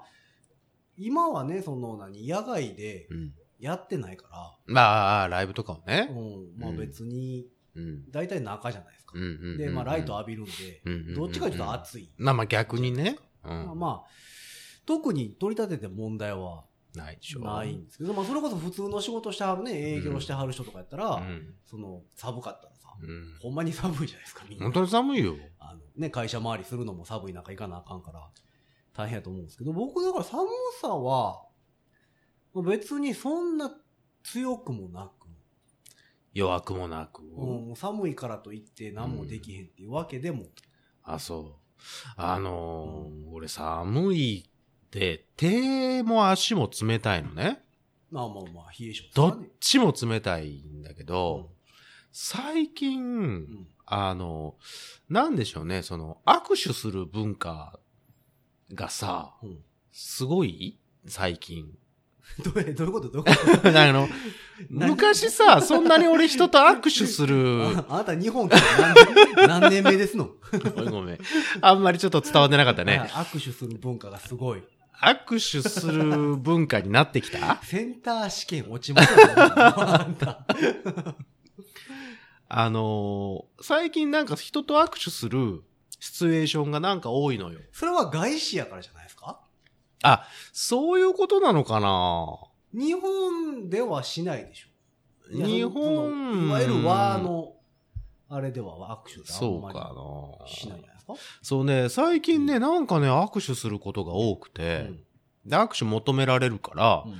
S2: 今はね、その、何、野外で
S3: うん。
S2: やってないか
S3: まあ、ライブとかも
S2: ら、う
S3: ね。
S2: ん、まあ
S3: うん
S2: 別に、
S3: うん。
S2: 大体中じゃないですか
S3: うん。うんうん。
S2: で、まあライト
S3: あ
S2: 浴びるんで、
S3: うん
S2: どっちかというと暑い。
S3: まあまあ逆にね。う
S2: まあ
S3: ん。
S2: まあ、特に取り立てて問題は
S3: ないでしょ。
S2: ないんですけど、まあ、それこそ普通の仕事してはるね、営業してはる人とかやったら、
S3: うん。
S2: その、寒かったらさ、
S3: うん。
S2: ほんまに寒いじゃないですか、みんな
S3: 本。当に寒いよ。
S2: あの、ね、会社回りするのも寒い中行かなあかんから、大変やと思うんですけど、僕だから寒さは、まあ別にそんな強くもなく、
S3: 弱くもなく。
S2: うん、寒いからといって何もできへんっていうわけでも、
S3: あ、そう。あのー俺寒いで、手も足も冷たいのね。
S2: まあまあまあ、冷え性です
S3: ど
S2: か
S3: っ
S2: ね。
S3: ちも冷たいんだけど、最近、
S2: うんうん
S3: あの、なんでしょうね、その、握手する文化がさ、
S2: うん
S3: すごい最近。
S2: どうどういうことどういうこ
S3: あの、
S2: 何
S3: 昔さ、そんなに俺人と握手す
S2: と
S3: る、
S2: ああなた日本来て何年何年目ですの
S3: ごめんごめん。あんまりちょっと伝わってなかった
S2: はい
S3: ね。
S2: 握手する文化がすごい。
S3: 握手する文化になってきた
S2: センター試験落ちました、ね、
S3: あのー最近なんか人と握手するシチュエーションがなんか多いのよ。
S2: それは外資やからじゃないですか
S3: そういうことなのかな
S2: 日本ではしないでしょ。いや
S3: 日
S2: その
S3: 本。
S2: いわゆる和。の、あれでは握手ってあ
S3: そ
S2: ん
S3: うか
S2: まりしないん
S3: な
S2: じゃないですか。
S3: そうね、最近ね、なんかね、握手することが多くて、で、握手求められるから、
S2: うん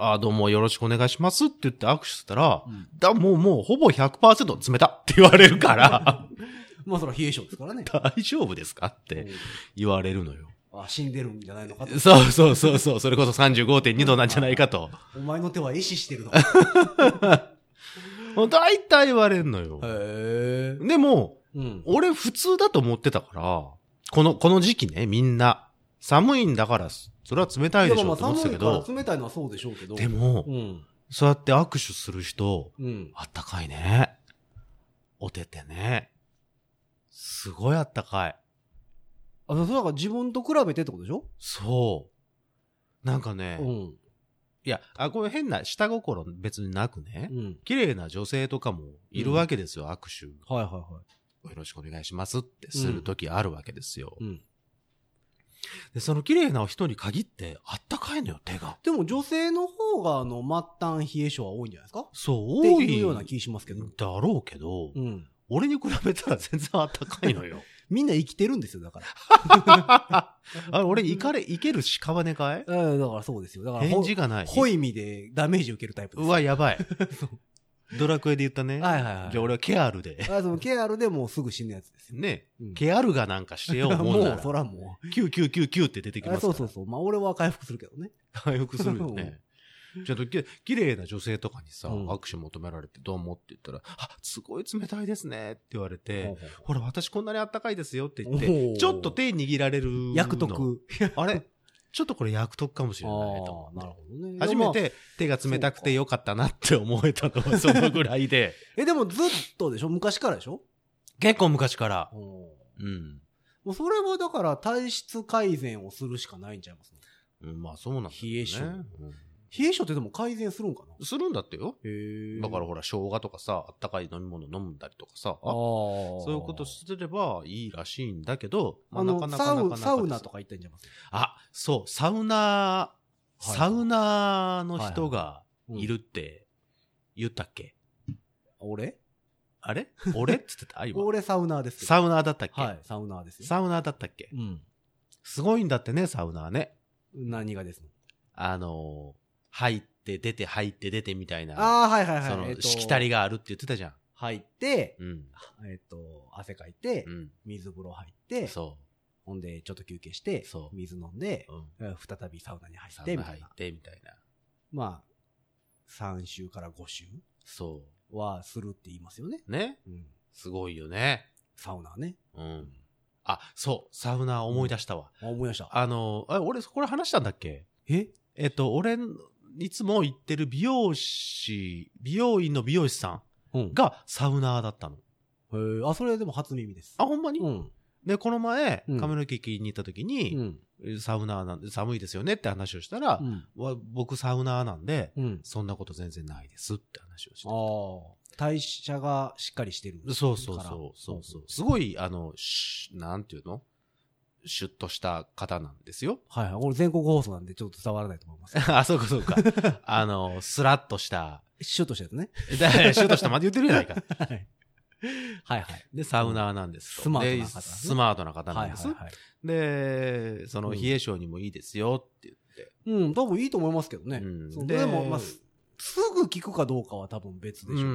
S3: ああ、どうもよろしくお願いしますって言って握手したら、
S2: うん
S3: だ、もうもうほぼ100%冷たって言われるから、
S2: まあそれは冷え性ですからね。
S3: 大丈夫ですかって言われるのよ。
S2: うんあ死んでるんじゃないのかと。
S3: そうそうそうそう、それこそ35.2度なんじゃないかと。
S2: お前の手は壊死してるのか。へ
S3: もう大体言われんのよ。
S2: え。
S3: でも、
S2: うん。
S3: 俺普通だと思ってたから、この、この時期ね、みんな。寒いんだから、それは冷たいでしょと思ってたけ
S2: いやまあ寒
S3: ど
S2: いか、ら冷たいのはそうでしょうけど。
S3: で、も
S2: う、ん。
S3: そうやって握手する人、
S2: うん。
S3: あったかいね。おててね。すごいあったかい。
S2: あ、そうだから自分と比べてってことでしょ
S3: そう。なんかね、
S2: う
S3: い
S2: ん。
S3: や、あ、これ変な下心別になくね、
S2: うん。
S3: 綺麗な女性とかもいるわけですよ、握手。
S2: はいはいは
S3: よろしくお願いしますってするときあるわけですよ、
S2: い。うん。
S3: で、その綺麗な人に限ってあったかいのよ、手が。
S2: でも女性の方が、あの、末端冷え性は多いんじゃないですか
S3: そう、
S2: って
S3: 多
S2: い
S3: いう
S2: ような気しますけど。
S3: だろうけど、
S2: うん。
S3: 俺に比べたら全然あったかいのよ。
S2: みんな生きてるんですよ、だから。
S3: あ俺、いかれ、いける屍かい
S2: うん、だからそうですよ。だから、
S3: 返事がない。
S2: ホイミでダメージ受けるタイプです
S3: う
S2: よ。
S3: わ、やばい。ドラクエで言ったね。
S2: はいはいはい。
S3: じゃあ俺はケアルで。
S2: あそのケアルでもうすぐ死ぬやつですよ。
S3: ね、
S2: うん
S3: ケアルがなんかしてようも
S2: も
S3: んな
S2: う、
S3: ら
S2: そ、らも
S3: 9999って出てき
S2: う。
S3: ま
S2: あ
S3: すか
S2: そう
S3: ら
S2: そうそう。まあ俺は回復するけどね。
S3: 回復するよね。ちょっとき、綺麗な女性とかにさ、
S2: うん
S3: 握手求められてどうもって言ったら、あ、すごい冷たいですねって言われて、
S2: ほ
S3: ほら、私こんなにあったかいですよって言っ
S2: お
S3: て、
S2: ー
S3: ちょっと手握られるの。
S2: う役得。
S3: あれちょっとこれ役得かもしれないと思
S2: ああ、なる
S3: って。
S2: ほどね。
S3: 初
S2: で
S3: め
S2: もまあ。
S3: て手が冷たくてよかったなって思えたのはそのぐらいで。
S2: え、でもずっとでしょ昔からでしょ
S3: 結構昔から。
S2: うん
S3: うん。
S2: もうそれはだから体質改善をするしかないんちゃいます
S3: うんまあそうなんだけどね。
S2: 冷え性
S3: う
S2: 冷え性ってでも改善するんかなん
S3: するんだってよ。
S2: へ
S3: だから
S2: あ
S3: ほら、生姜とかさ、あったかい飲み物飲んだりとかさ、
S2: あ。
S3: そ
S2: そう
S3: いうことすればいいらしいんだけど、
S2: あ
S3: まあ、な
S2: の
S3: かなか
S2: サ
S3: なかな
S2: ウ、
S3: か
S2: サウナと
S3: か。
S2: か行ったんじゃいます
S3: あ、そう、サウナー、
S2: はい
S3: サウナーの人がいるって言ったっけ、
S2: 俺
S3: あれ俺 って言ってた今。
S2: 俺サウナーですけど
S3: サウナーだったっけ、
S2: はい、サウナーですよ。
S3: サウナーだったっけ
S2: うん。
S3: すごいんだってね、サウナーね。
S2: 何がですの
S3: あのー入って出て入って出てみたいな、
S2: ああ、はいはいはい。
S3: その、
S2: えっと
S3: しきたりがあるって言ってたじゃん。
S2: 入って、
S3: うん。
S2: えっと、汗かいて
S3: う、ん。
S2: 水風呂入って、
S3: そ
S2: ほんで、ちょっと休憩して
S3: そ、う
S2: 水飲んで
S3: う。、うん。
S2: えー再びサウナに入
S3: サ
S2: っ
S3: ウ
S2: て、
S3: ナ
S2: みた
S3: 入
S2: いな
S3: っ。てみたいな。
S2: まあ、3週から5週
S3: そ
S2: はするって言いますよね。
S3: う。ね
S2: うん。
S3: すごいよね。
S2: サウナーね。
S3: うん。あ、そう、サウナ思い出したわ。
S2: あ、思い出した。
S3: あの、あ俺、これ話したんだっけ
S2: え
S3: えっと、俺、いつも行ってる美容師、美容院の美容師さん
S2: うん。
S3: がサウナーだったの。
S2: へーあ、それでも初耳です。
S3: あ、ほんまに、
S2: うん。
S3: で、この前、
S2: うん
S3: 髪の毛切りに行った時
S2: う
S3: に、
S2: ん。
S3: サウナーなんで、寒いですよねって話をしたら、
S2: うん。
S3: わ僕サウナーなんで、
S2: うん。
S3: そんなこと全然ないですって話をして
S2: あ。あ。代謝がしっかりしてるから。
S3: そうそうそうそうそう。すごい、あの、しなんていうのシュッとした方なんですよ。
S2: はいはい。俺全国放送なんでちょっと伝わらないと思います。
S3: あ、そうかそ うか。あの、スラッとした、
S2: シュッとしたやつね。
S3: だシュッとしたまで言ってるじゃな いか。
S2: はい。はいはい。
S3: で、サウナーなんですと。
S2: スマートな方
S3: で
S2: ですね
S3: スマートな方な
S2: はい
S3: ん
S2: は
S3: です
S2: い。はい。
S3: で、その、
S2: うん
S3: 冷え性にもいいですよって言って。
S2: うん、多分いいと思いますけどね。
S3: うん
S2: そう
S3: で
S2: でも、まあ、すすぐ聞くかどうかは多分別でしょう
S3: う
S2: けど。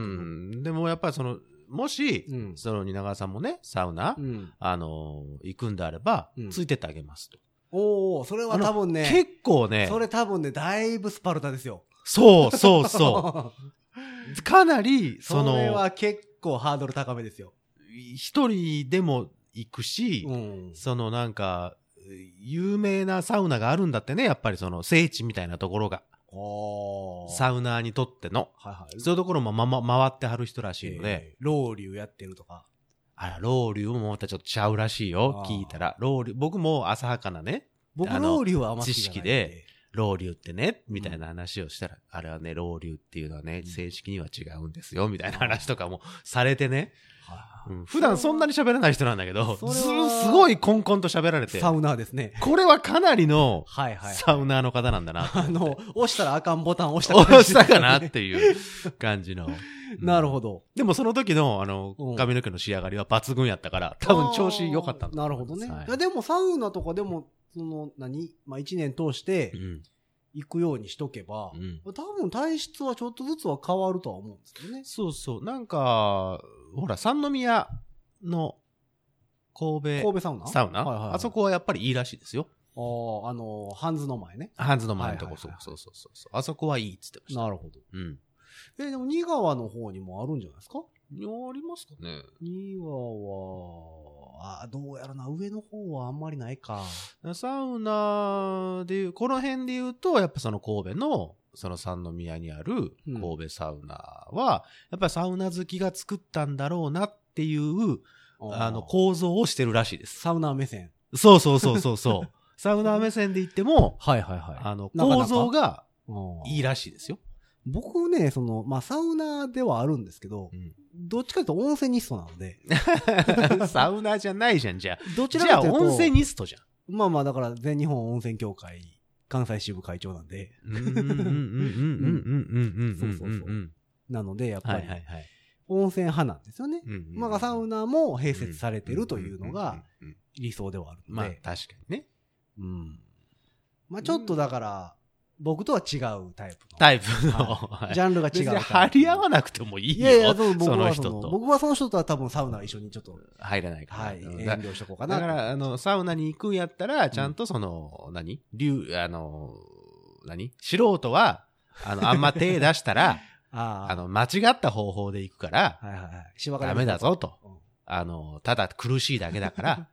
S3: ん。でもやっぱりその、もし、
S2: うん。
S3: その、蜷川さんもね、サウナ、
S2: うん。
S3: あの、行くんであれば、
S2: うん
S3: ついてってあげますと。
S2: おおそれは多分ね、
S3: 結構ね、
S2: それ多分ね、だいぶスパルタですよ。
S3: そうそうそ う。かなり、そ
S2: それ
S3: の、
S2: は結構ハードル高めですよ。
S3: 一人でも行くし、
S2: うん。
S3: そのなんか、有名なサウナがあるんだってね、やっぱりその聖地みたいなところが、
S2: おー
S3: サウナーにとっての、
S2: はいはい。
S3: そういうところもまま回ってはる人らしいので、
S2: えーロウリュやってるとか。
S3: あら、ロウリュもまたちょっとちゃうらしいよ
S2: あ、ー
S3: 聞いたら、ロウリュ、僕も浅はかなね、
S2: 僕、
S3: あの
S2: ロウリュはあんま好きじゃないん
S3: 知識で老流ってね、みたいな話をしたら、あれはね、老流っていうのはね、
S2: うん
S3: 正式には違うんですよ、みたいな話とかもされてね。
S2: は
S3: うん普段そんなに喋らない人なんだけど、
S2: それは
S3: ずすごいコンコンと喋られ
S2: い
S3: て
S2: サ、ウナーですね。
S3: これはかなりの
S2: はいはい。
S3: サウナーの方なんだなと
S2: あ
S3: 思っ
S2: の
S3: て。、
S2: 押したらあかんボタン押した
S3: 押したかなっ
S2: って
S3: いう感じの。
S2: て なる
S3: ど
S2: ほど。
S3: でもその時の、あの
S2: うん、
S3: 髪の毛の仕上がりは抜群やったから、多分調子良かったんだ
S2: な
S3: と
S2: る
S3: 思
S2: ほ
S3: いま
S2: ど
S3: す
S2: ね。
S3: はい
S2: い、でもサウナとかでも、その、何まあ一年通して
S3: うん。
S2: 行くようにしとけば、
S3: うん。
S2: 多分体質はちょっとずつは変わるとは思うんですよね。
S3: そうそう。なんか、ほら、三宮の神
S2: 神
S3: 戸
S2: 戸サウナ
S3: サウナ、
S2: はいはいはい、
S3: あそこはやっぱりいいらしいですよ。
S2: こ。ああ、あの、ハンズの前ね。
S3: ハンズの前のと
S2: は
S3: こ、
S2: いはいはい
S3: そうそうそうそう。あそこはいいっつってました。
S2: なるほど。
S3: うん。
S2: え、でも、新川の方にもあるんじゃないですか
S3: ありますかね
S2: 新川は、あ、どうやらな、上の方はあんまりないか。
S3: サウナでいう、この辺で言うと、やっぱその神戸の、その三宮にある
S2: うん
S3: 神戸サウナは、やっぱりサウナ好きが作ったんだろうなっていう、あの、構造をしてるらしいです。
S2: サウナー目線。
S3: そうそうそうそ うそう。サウナー目線で言っても、
S2: はいはいは
S3: あの、
S2: なかなか
S3: 構造が
S2: い
S3: いいらしいですよ。
S2: 僕ね、その、まあ、サウナーではあるんですけど、
S3: うん
S2: どっちかというと温泉ニストなの で、
S3: サウナーじゃないじゃん、じゃあ。
S2: どち
S3: じ
S2: らか
S3: ゃあ、
S2: というと、
S3: 温泉ニスト じゃん。
S2: まあまあ、だから全日本温泉協会、関西支部会長なんで、
S3: うんうんうんうんうんうんうんうんうんうん。
S2: そうそうそうなので、やっぱ
S3: はい
S2: り
S3: はいはい。
S2: 温泉派なんですよね。
S3: うんうんうん
S2: まあ、サウナーも併設されてるというの
S3: うんうん
S2: が
S3: うんうんうん
S2: 理想ではある
S3: ま
S2: の
S3: あ、
S2: で、
S3: 確かにね。
S2: うん。まあ、ちょっとだから、僕とは違うタイプの。
S3: タイプの。
S2: はいジ
S3: ゃ
S2: ャンルが違う
S3: 別
S2: タイプ。
S3: に張り合わなくてもいい
S2: い
S3: よ。
S2: やいや、そう僕
S3: その
S2: はそ
S3: 人
S2: の
S3: と。
S2: 僕はその人とは多分サウナ一緒にちょっと、
S3: 入らないから。
S2: はい、
S3: うん
S2: 遠
S3: だ
S2: 慮しとこうかなと。
S3: だから、あの、サウナに行くんやったら、ちゃんとその、何竜、あの、何素人は、あの、あんま手出したら、
S2: あ
S3: あ
S2: の、
S3: の、間違った方法で行くから、
S2: はいはいはい。しばか
S3: ダ
S2: れ
S3: メだぞと。
S2: うん
S3: あの、ただ苦しいだけ だから、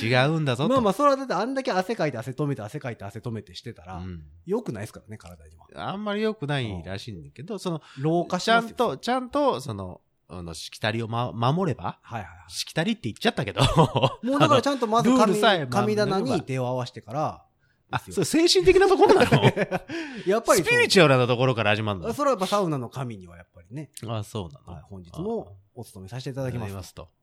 S3: 違うんだぞと。
S2: まあまあ、それはだってあんだけ汗かいて汗止めて汗かいて汗止めてしてたら、
S3: うん
S2: 良くないですからね、体には。
S3: あんまり良くないらしいんだけど、その、
S2: 老化し
S3: ち
S2: ま
S3: ゃ
S2: すよ
S3: んと、ちゃんと、その、あの、しきたりを、ま、守れば、
S2: はいはいは
S3: しきたりって言っちゃったけど。
S2: い。もうだからちゃんとまず
S3: ルール
S2: 神
S3: さえ
S2: 神棚
S3: 守れ
S2: に
S3: ば
S2: 手を合わせてから、
S3: あ
S2: です
S3: そ
S2: よ
S3: う、精神的なところなの
S2: やっぱり
S3: ス
S2: そう
S3: ピリチュアルなところから始まるの
S2: それはやっぱサウナの神にはやっぱりね、
S3: あ、そうなの。
S2: はい本日もお務めさせていただきます。
S3: と。
S2: うん
S3: うん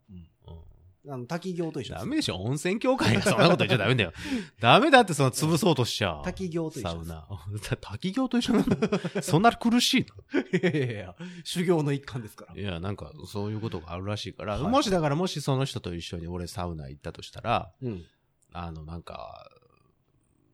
S2: あの滝行と一緒で
S3: ダ
S2: す。
S3: メでしょ温泉協会がそんなこと言っちゃダメ だよ。ダメだってその潰そうとしちゃう。
S2: 滝行と一
S3: サ
S2: 緒
S3: ウ
S2: です。
S3: ナ。 滝行と一緒なのそんな苦しい
S2: いやいやいや、修行の一環ですから
S3: のい。や、なんかそういうことがあるらしいから、
S2: はい
S3: もしだからもしその人と一緒に俺サウナ行ったとしたら、
S2: うん。
S3: あの、なんか、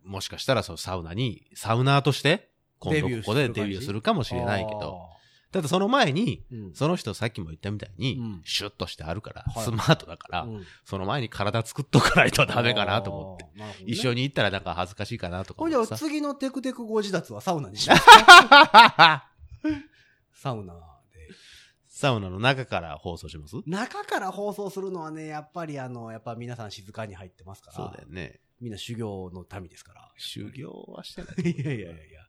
S3: もしかしたらそのサウナに、サウナーとして、今度ここで
S2: デビューする感じ
S3: デビューするかもしれないけど、ただその前に、
S2: あー。うん。
S3: その人さっきも言ったみたいに、
S2: うん
S3: シュッとしてあるから、
S2: はい
S3: スマートだから、
S2: うん
S3: その前に体作っとかないとダメかなと思って。
S2: あー。なるほどね
S3: 一緒に行ったらなんか恥ずかしいかなとか
S2: ほい
S3: 思
S2: じゃ
S3: っ
S2: あ
S3: てさ。
S2: 次のテクテクご自立はサウナにしますサウナで。
S3: サウナの中から放送します
S2: 中から放送するのはね、やっぱりあの、やっぱ皆さん静かに入ってますから。
S3: そうだよね。
S2: みんな修行の民ですから。
S3: 修行はして ない。
S2: いやいやいやいや。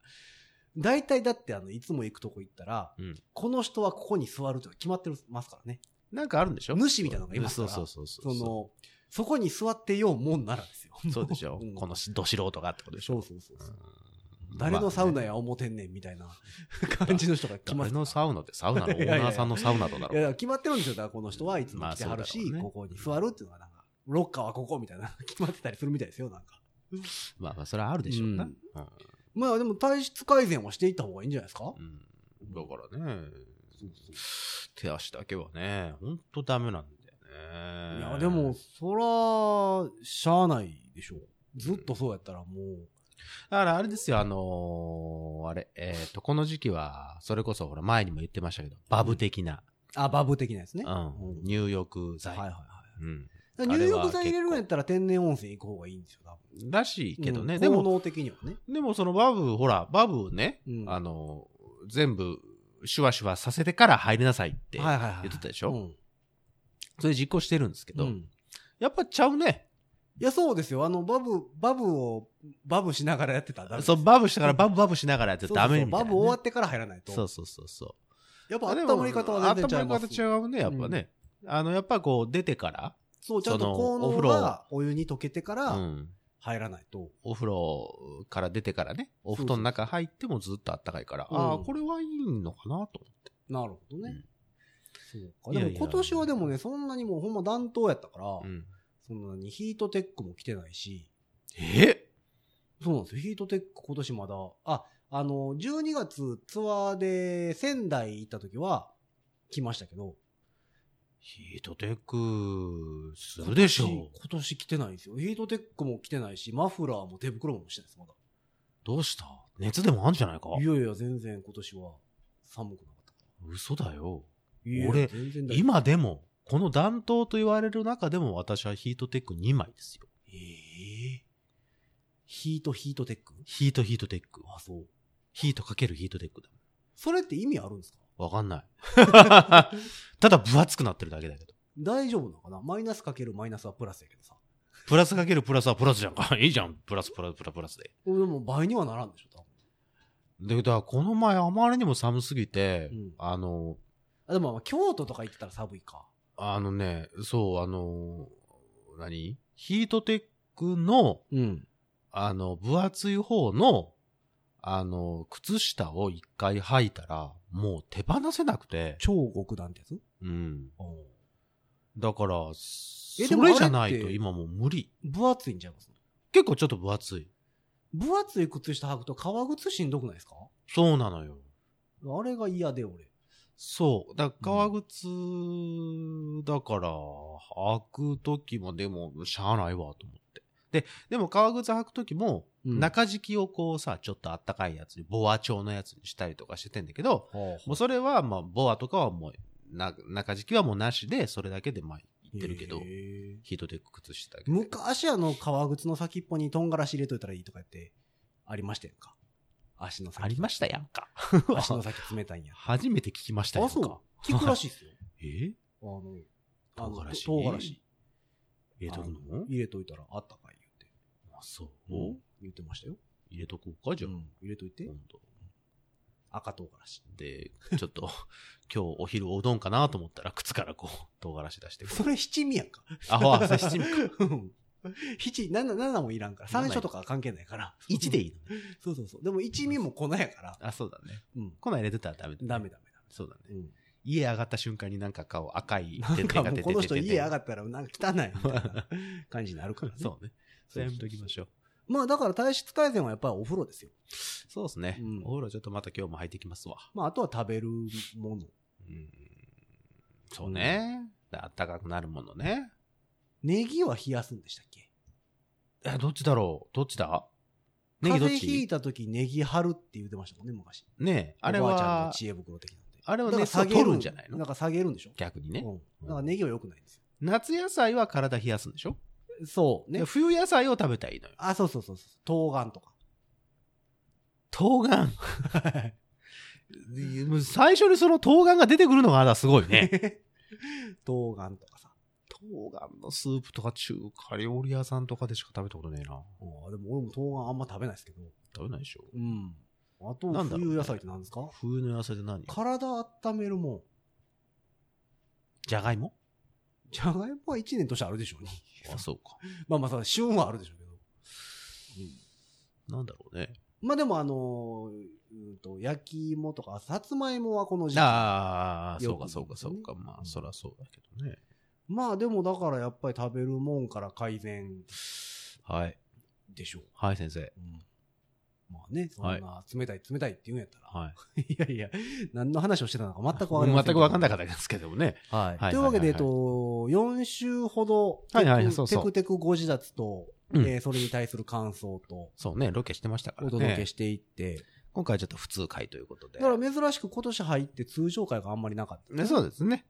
S2: 大体だってあの、いつも行くとこ行ったら、
S3: うん
S2: この人はここに座るとか決まってますからね。
S3: なんかあるんでしょ
S2: 主みたいなのがいますか
S3: そう
S2: ら
S3: そうそうそ。
S2: そうの、そこに座ってようもんならですよ。
S3: そうでしょ、
S2: うん
S3: このしど素人がってことでし
S2: そ
S3: ょ
S2: うそうそうそうう。
S3: ん
S2: 誰のサウナ
S3: まあね
S2: や思てんねんみたいな感じの人が来ま
S3: 誰
S2: す。
S3: のサウナってサウナ のオーナーさんのサウナとだろう
S2: いや、だから決まってるんですよ。だからこの人はいつも
S3: まあ
S2: 来てはるし、
S3: そうだろう
S2: こ
S3: ね
S2: こに座るっていうのがなんか、ロッカーはここみたいな決まってたりするみたいですよ、なんか。
S3: まあまあ、それはあるでしょうな。
S2: う
S3: うんん
S2: まあでも体質改善はしていった方がいいんじゃないですか
S3: だからね、手足だけはね、ほんとダメなんだよ
S2: い
S3: ね。
S2: や、でも、、そら、しゃあないでしょ。ずっとそうやったらもう、
S3: だからあれですよ、あのーあれ、えっ、と、この時期は、それこそ、ほら、前にも言ってましたけど、バブ的な、
S2: あ、バブ的なやつね。
S3: う
S2: は
S3: ん
S2: う、ん
S3: 入浴
S2: い
S3: 剤、
S2: はいはい。
S3: うん。
S2: だから入浴剤入れるんやったら天然温泉行く方がいいんですよ、多
S3: らしい
S2: 分。
S3: けどね、
S2: うん
S3: で
S2: 効
S3: も、
S2: 能的にはね。
S3: でもそのバブ、ほら、バブをね、
S2: うん
S3: あのー全部、シュワシュワさせてから入りなさいって、
S2: はいはいはい。
S3: 言ってたでしょ
S2: うん
S3: それ実行してるんですけど、
S2: うん
S3: やっぱちゃうね。
S2: いや、そうですよ。あの、バブ、バブを、バブしながらやってたらダメです
S3: そう、バブしたから、バブバブしながらやってダメみたいな、
S2: バ
S3: ね。
S2: ブ終わってから入らないと。
S3: そうそうそうそう。
S2: やっぱ温まり方は全然違います。
S3: 温まり方違うね、やっぱね。あの、やっぱこう、出てから、
S2: そう、ちゃんと
S3: その
S2: 効
S3: お
S2: 能
S3: 風呂
S2: がお湯に溶けてか
S3: う
S2: ら
S3: ん。
S2: 入らないと。
S3: お風呂から出てからね、お布団の中入ってもずっとあったかいから、
S2: うん
S3: ああ、これはいいのかなと。
S2: なるほどね。
S3: うん
S2: そう
S3: い
S2: か。
S3: や
S2: で
S3: いや
S2: も今年はでもね、そんなにもうほんま暖冬やったから、
S3: うん、
S2: そんなにヒートテックも来てないし、
S3: え
S2: そうなんですよ。ヒートテック今年まだ、あ、あの、12月ツアーで仙台行った時は来ましたけど、
S3: ヒートテック、するでし
S2: 今年
S3: ょう。
S2: 今年来てないんですよ。ヒートテックも来てないし、マフラーも手袋もしてないです、まだ。
S3: どうした熱でもあんじゃないか
S2: いやいや、全然今年は寒くなかったか
S3: 嘘だよ。
S2: ら。いやいや
S3: 俺
S2: 全然大丈夫
S3: 今でも、この暖冬と言われる中でも私はヒートテック2枚ですよ。
S2: ええヒートヒートテック
S3: ヒートヒートテック。
S2: あ、そう。
S3: ヒートかけるヒートテックだ。
S2: それって意味あるんですか
S3: わかんない。 ただ分厚くなってるだけだけど。
S2: 大丈夫なのかなマイナスかけるマイナスはプラスやけどさ。
S3: プラスかけるプラスはプラスじゃん か。いいじゃん。プラスプラスプラスプラスで。
S2: でも倍にはならんでしょ、多分。
S3: で、だからこの前あまりにも寒すぎて、
S2: うん
S3: あの、
S2: あ、でもまあ京都とか行ってたら寒いか。
S3: あのね、そう、あの、何ヒートテックの、
S2: うん。
S3: あの、分厚い方の、あの、靴下を一回履いたら、もう手放せなくて、
S2: 超極端ってやつ
S3: うん。
S2: お
S3: だから、
S2: え
S3: そ
S2: でも
S3: れじゃない
S2: あれ
S3: と
S2: って
S3: 今もう無理。
S2: 分厚いんちゃいます
S3: 結構ちょっと分厚い。
S2: 分厚い靴下履くと革靴しんどくないですか
S3: そうなのよ。
S2: あれが嫌で、俺。
S3: そう。だから革靴、だから、履くときも、でも、しゃあないわ、と思って。で、でも革靴履くときも、
S2: うん
S3: 中敷きをこうさ、ちょっとあったかいやつに、ボア調のやつにしたりとかしてんだけど、もうそれは、まあ、ボアとかはもう、な中敷きはもうなしで、それだけで、まあ、言ってるけど、
S2: へー
S3: ヒートテック靴下だけど。
S2: 昔あの革靴の先っぽにとんがらし入れといたらいいとかやって、ありましたやんか。足の先。
S3: ありましたやんか。
S2: 足の先冷たいんや。
S3: 初めて聞きましたや
S2: あ、
S3: んか。
S2: そう。聞くらしいっ すよ。
S3: え
S2: あの、あ
S3: 唐
S2: の
S3: 辛子
S2: 唐辛子。
S3: 入れとくの
S2: 入れといたらあったかい言って。
S3: あ、そう。
S2: 言ってましたよ。
S3: 入れとこうか、じゃあ。
S2: うん入れといて
S3: 今。度
S2: 赤唐辛子。
S3: で、ちょっと、 今日お昼おうどんかなと思ったら、靴からこう、 唐辛子出してく
S2: そ
S3: る。
S2: れ七味やんか。
S3: あ、ほら、それ七 味か。
S2: うん七、七、七もいらんから。三書とかは関係ないから。
S3: 1でいいのね。
S2: そうそうそう。でも一味も粉やから。
S3: あ、そうだね。
S2: うん。
S3: 粉入れてたらダメだ、ね。
S2: ダメダメダ
S3: そうだね。
S2: メ。うん。
S3: 家上がった瞬間になんか顔赤い
S2: なん
S3: 点
S2: か
S3: 々
S2: も
S3: が
S2: う
S3: 出てて。
S2: この人家上が
S3: っ
S2: ったらなんか汚いみたいな感じになるからね。
S3: そうね。それやめときま
S2: ょ
S3: しょう。
S2: う。まあだから体質改善はやっぱりお風呂ですよ。
S3: そうですね。
S2: うん
S3: お風呂ちょっとまた今日も入ってきますわ。
S2: まああとは食べるもの。
S3: うん。そうね。あったかくなるものね。
S2: ネギは冷やすんでしたっけ
S3: え、どっちだろうどっちだネギ
S2: 風
S3: どっ
S2: 邪ひい
S3: ち
S2: た時ネギ張るって言ってましたもんね、昔。
S3: ねえ、あれ
S2: おばあちゃんの
S3: は、
S2: 知恵袋的なんで。
S3: あれは
S2: だから
S3: ね、下取るんじゃないの
S2: なんか下げるんでしょ
S3: 逆にね。
S2: うん。だからネギは良くないんです
S3: 夏野菜は体冷やすんでしょ、
S2: よ。そう。
S3: ね、
S2: ね
S3: で。冬野菜を食べたらいいのよ。
S2: あ、そうそうそうそう。冬瓜とか。
S3: 冬瓜。もう最初にその冬瓜が出てくるのがまだすごいね。
S2: 冬瓜とかさ。
S3: 冬瓜のスープとか中華料理屋さんとかでしか食べたことねえな。
S2: あでも俺も冬瓜あんま食べないですけど。
S3: 食べないでしょ。
S2: うん。あと、
S3: なんだろうね
S2: 冬野菜って何ですか
S3: 冬の野菜って何
S2: 体温めるもん。
S3: じゃがいも
S2: じゃがいもは1年としてあるでしょうに。
S3: あ、そうか。
S2: まあまあさ、旬はあるでしょうけど。
S3: なんだろうね。
S2: まあでもあのーうんと、焼き芋とか、さつまいもはこの時期。
S3: ああ、そ
S2: よ
S3: う
S2: く
S3: か
S2: ね
S3: そうかそうか。まあ、そらそうだけどね。
S2: まあでもだからやっぱり食べるもんから改善
S3: はい。
S2: でしょう。
S3: はい、先生。
S2: うんまあね、そんな冷たい冷たいって言うんやったら。
S3: はい。
S2: いやいや、何の話をしてたのか全くわかりません。。
S3: 全くわかんなかったたですけどもね。
S2: はい
S3: はい
S2: というわけで、
S3: はい
S2: えっと、4週ほど、
S3: はいはい
S2: テク
S3: そうそう
S2: テクテクご自立と、
S3: うん
S2: えーそれに対する感想と、
S3: そうね、ロケしてましたから
S2: お
S3: ね。
S2: 届けしていって、
S3: 今回はちょっと普通回ということで。
S2: だから珍しく今年入って通常会があんまりなかった
S3: ね、そうですね。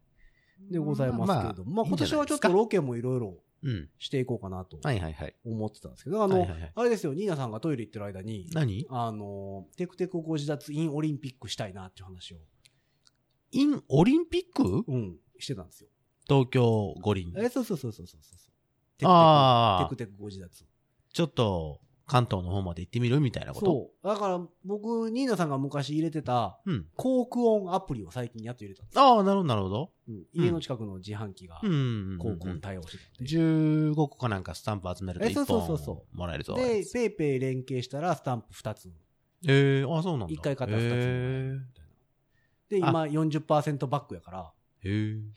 S2: でございますけれども、まあ
S3: いい
S2: 今
S3: んじゃ
S2: 年
S3: ない
S2: はち
S3: で
S2: ょっ
S3: すか
S2: とロケもいろいろ
S3: うん。
S2: していこうかなと
S3: はいはいはい。
S2: 思ってたんですけど、あ
S3: はい
S2: の
S3: はいはい、
S2: あれですよ、ニーナさんがトイレ行ってる間に、
S3: 何
S2: あの、テクテクご自立インオリンピックしたいなっていう話を、
S3: イン、オリンピック
S2: うん、してたんですよ。
S3: 東京五輪。
S2: え、そうそうそうそうそうそう。テクテク
S3: あ
S2: テク
S3: あ、
S2: テクご自立。
S3: ちょっと、関東の方まで行ってみるみたいなこと。
S2: そう。だから僕、ニーナさんが昔入れてた、
S3: うん。
S2: 航空音アプリを最近やっと入れたんですよ
S3: ああ、なるほど、なるほど。
S2: うん家の近くの自販機が
S3: うんうんうん。
S2: 航空音対応してたんで。
S3: 15個かなんかスタンプ集めると
S2: えそう
S3: 1
S2: そうそうそう
S3: 本もらえるぞ。
S2: で、ペイペイ連携したらスタンプ2つ。
S3: ええあ、そうなんだ。
S2: 一回買ったら
S3: へ
S2: 二つもらえ
S3: え
S2: るみたいな。で、今40%バックやから、
S3: へ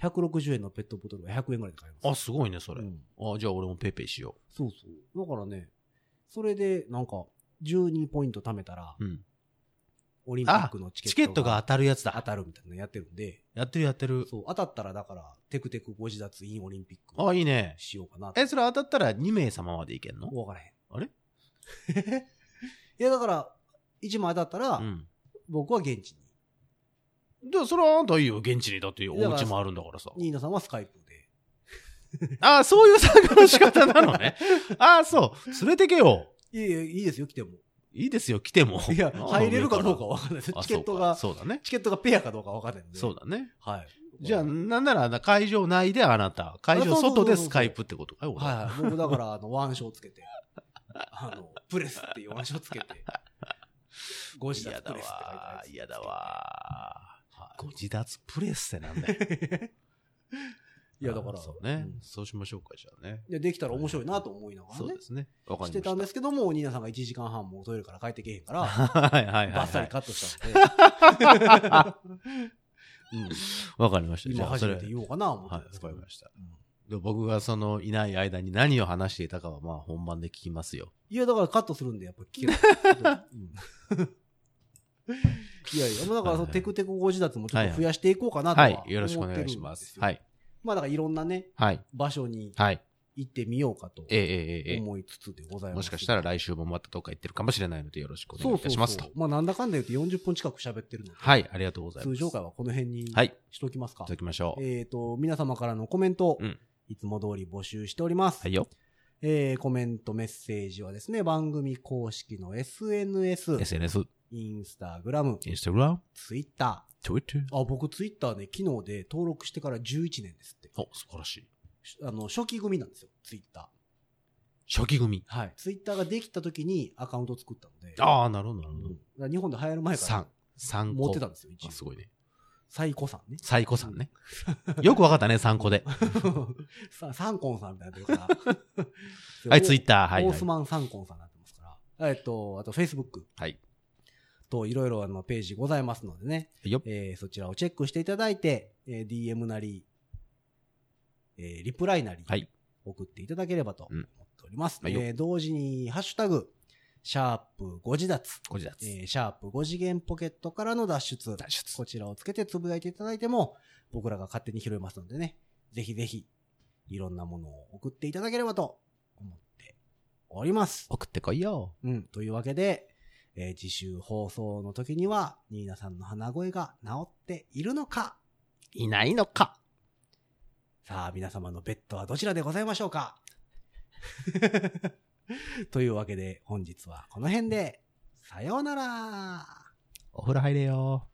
S2: 160円のペットボトルが100円ぐらいで買えます。
S3: えあ、すごいね、それ。
S2: うん
S3: あ、じゃあ俺もペイペイしよ
S2: そうそう。だからね、それでなんか、12ポイント貯めたら、
S3: う。うん。
S2: オリンピックのチケット
S3: チケットが当たるやつ
S2: 当
S3: だ。
S2: たるみたいなのやってるんで、
S3: やってるやってる。
S2: そう、当たったらだから、テクテクご自立インオリンピック
S3: あ、いいね。
S2: しようかなと。
S3: え、それ当たったら2名様までいけんの
S2: わからへん。
S3: あれ
S2: いや、だから、1枚当たったら、
S3: うん。
S2: 僕は現地に。
S3: じゃあ、それはあんたいいよ。現地にだってお家もあるんだからさ。
S2: ニーナさんはスカイプで。
S3: ああ、そういう参加の仕方なの ね。ああ、そう。連れてけよ。
S2: いやいや、いいですよ、来ても。
S3: いいですよ、来ても。
S2: いや、入れるかどうか
S3: は。
S2: わかんないです。
S3: あ
S2: チケットが、
S3: そうかそうだね。
S2: チケットがペアかどうかわかんないんで。
S3: そうだね。
S2: はい。
S3: じゃあ、
S2: はい
S3: なんなら会場内であなた、会場外でスカイプってことかよ。
S2: はい。僕だから、あの、腕章つけて、あの、プレスっていう腕章つけて、ご自
S3: 嫌
S2: 立
S3: だ
S2: プレスって書いたや
S3: わ
S2: つ。。
S3: 嫌だわ。ご自立プレスってなんだよ。
S2: いや、だから、
S3: そうね
S2: ん。
S3: そうしましょうか、じゃあね。
S2: でできたら面白いなと思いながら
S3: そう
S2: ね
S3: で。すね。わかりま
S2: し
S3: して
S2: たんですけども、ニーナさんが1時間半もトイレから帰ってけへんから、バ
S3: はいはいはい。
S2: ッサリカットしたんで、うん
S3: わかりました。じ
S2: 今
S3: ゃあ、
S2: 初
S3: そ
S2: め
S3: れ。
S2: て言おうかな、思
S3: は
S2: っ
S3: い
S2: て、。
S3: わかりました。
S2: うん
S3: で僕がそのいない間に何を話していたかはまあ本番で聞きますよ。
S2: いや、だからカットするんで、やっぱ聞けない。うんいやいや、もうだからその
S3: はいはい
S2: テクテクご自立もちょっと増やしていこうかなとは
S3: は
S2: 思ってるん。
S3: い
S2: です。
S3: よろしくお願いします。はいい。
S2: まあだからいろんなね、
S3: はい。
S2: 場所に
S3: はい。
S2: 行ってみようかと
S3: えええええ
S2: 思いつつでござい
S3: え。
S2: ます。
S3: もしかしたら
S2: 来
S3: 来週もまたどっか行ってるかもしれないのでよろしくお願いいたしますと。
S2: まあなんだかんだ言って40分近く喋ってるので、
S3: はい。ありがとうございま
S2: 通
S3: す。
S2: 常回はこの辺に
S3: はい。い
S2: しときますか
S3: た。だきましょう。
S2: えっと、皆様からのコメント
S3: うん、
S2: いつも通り募集しております
S3: は。いよ。
S2: えーコメント、メッセージはですね、番組公式の SNS、
S3: SNS、
S2: インスタグラム、
S3: Instagram、
S2: ツイッタ
S3: Twitter。
S2: ー。あ、僕ツイッターね、昨日で登録してから11年ですって。
S3: お、素晴らしい。
S2: しあの、初期組なんですよ、ツイッタ
S3: 初期組。
S2: ー。はい。ツイッターができた時にアカウント作ったので。
S3: ああ、なるほど、な
S2: う
S3: る
S2: ん
S3: ほ
S2: だから日本で流行る前
S3: ど。
S2: から
S3: 三三個。
S2: 持ってたんですよ、一
S3: あす
S2: 応。
S3: ごいね。。
S2: 最古さんね
S3: 最古さんね。よくわかったね、三個で。
S2: さサンコンさんみたいになってるから。
S3: はい、ツイッ
S2: タ
S3: ター。はい
S2: オ
S3: は
S2: ー
S3: い
S2: ス。マンサンコンさんになってますから。えっと、あと Facebook
S3: はい。
S2: といろいろあのページございますのでね。
S3: はいよ。
S2: えーそちらをチェックしていただいて、えー DM なり、えーリプライなり、
S3: はい
S2: 送っていただければと
S3: う
S2: 思っ
S3: ん
S2: ております。
S3: はいよ
S2: えー同時に、ハッシュタグ、シャープ5次脱、
S3: こちらです。
S2: えーシャープ5次元ポケットからの脱出、
S3: 脱出。
S2: こちらをつけてつぶやいていただいても、僕らが勝手に拾いますのでね、ぜひぜひ、いろんなものを送っていただければと思っております。
S3: 送ってこいよ。
S2: うん。というわけで、えー次週放送の時には、ニーナさんの鼻声が治っているのか
S3: いないのか。
S2: さあ、皆様のベッドはどちらでございましょうか というわけで、本日はこの辺で、さようなら
S3: お風呂入れよ。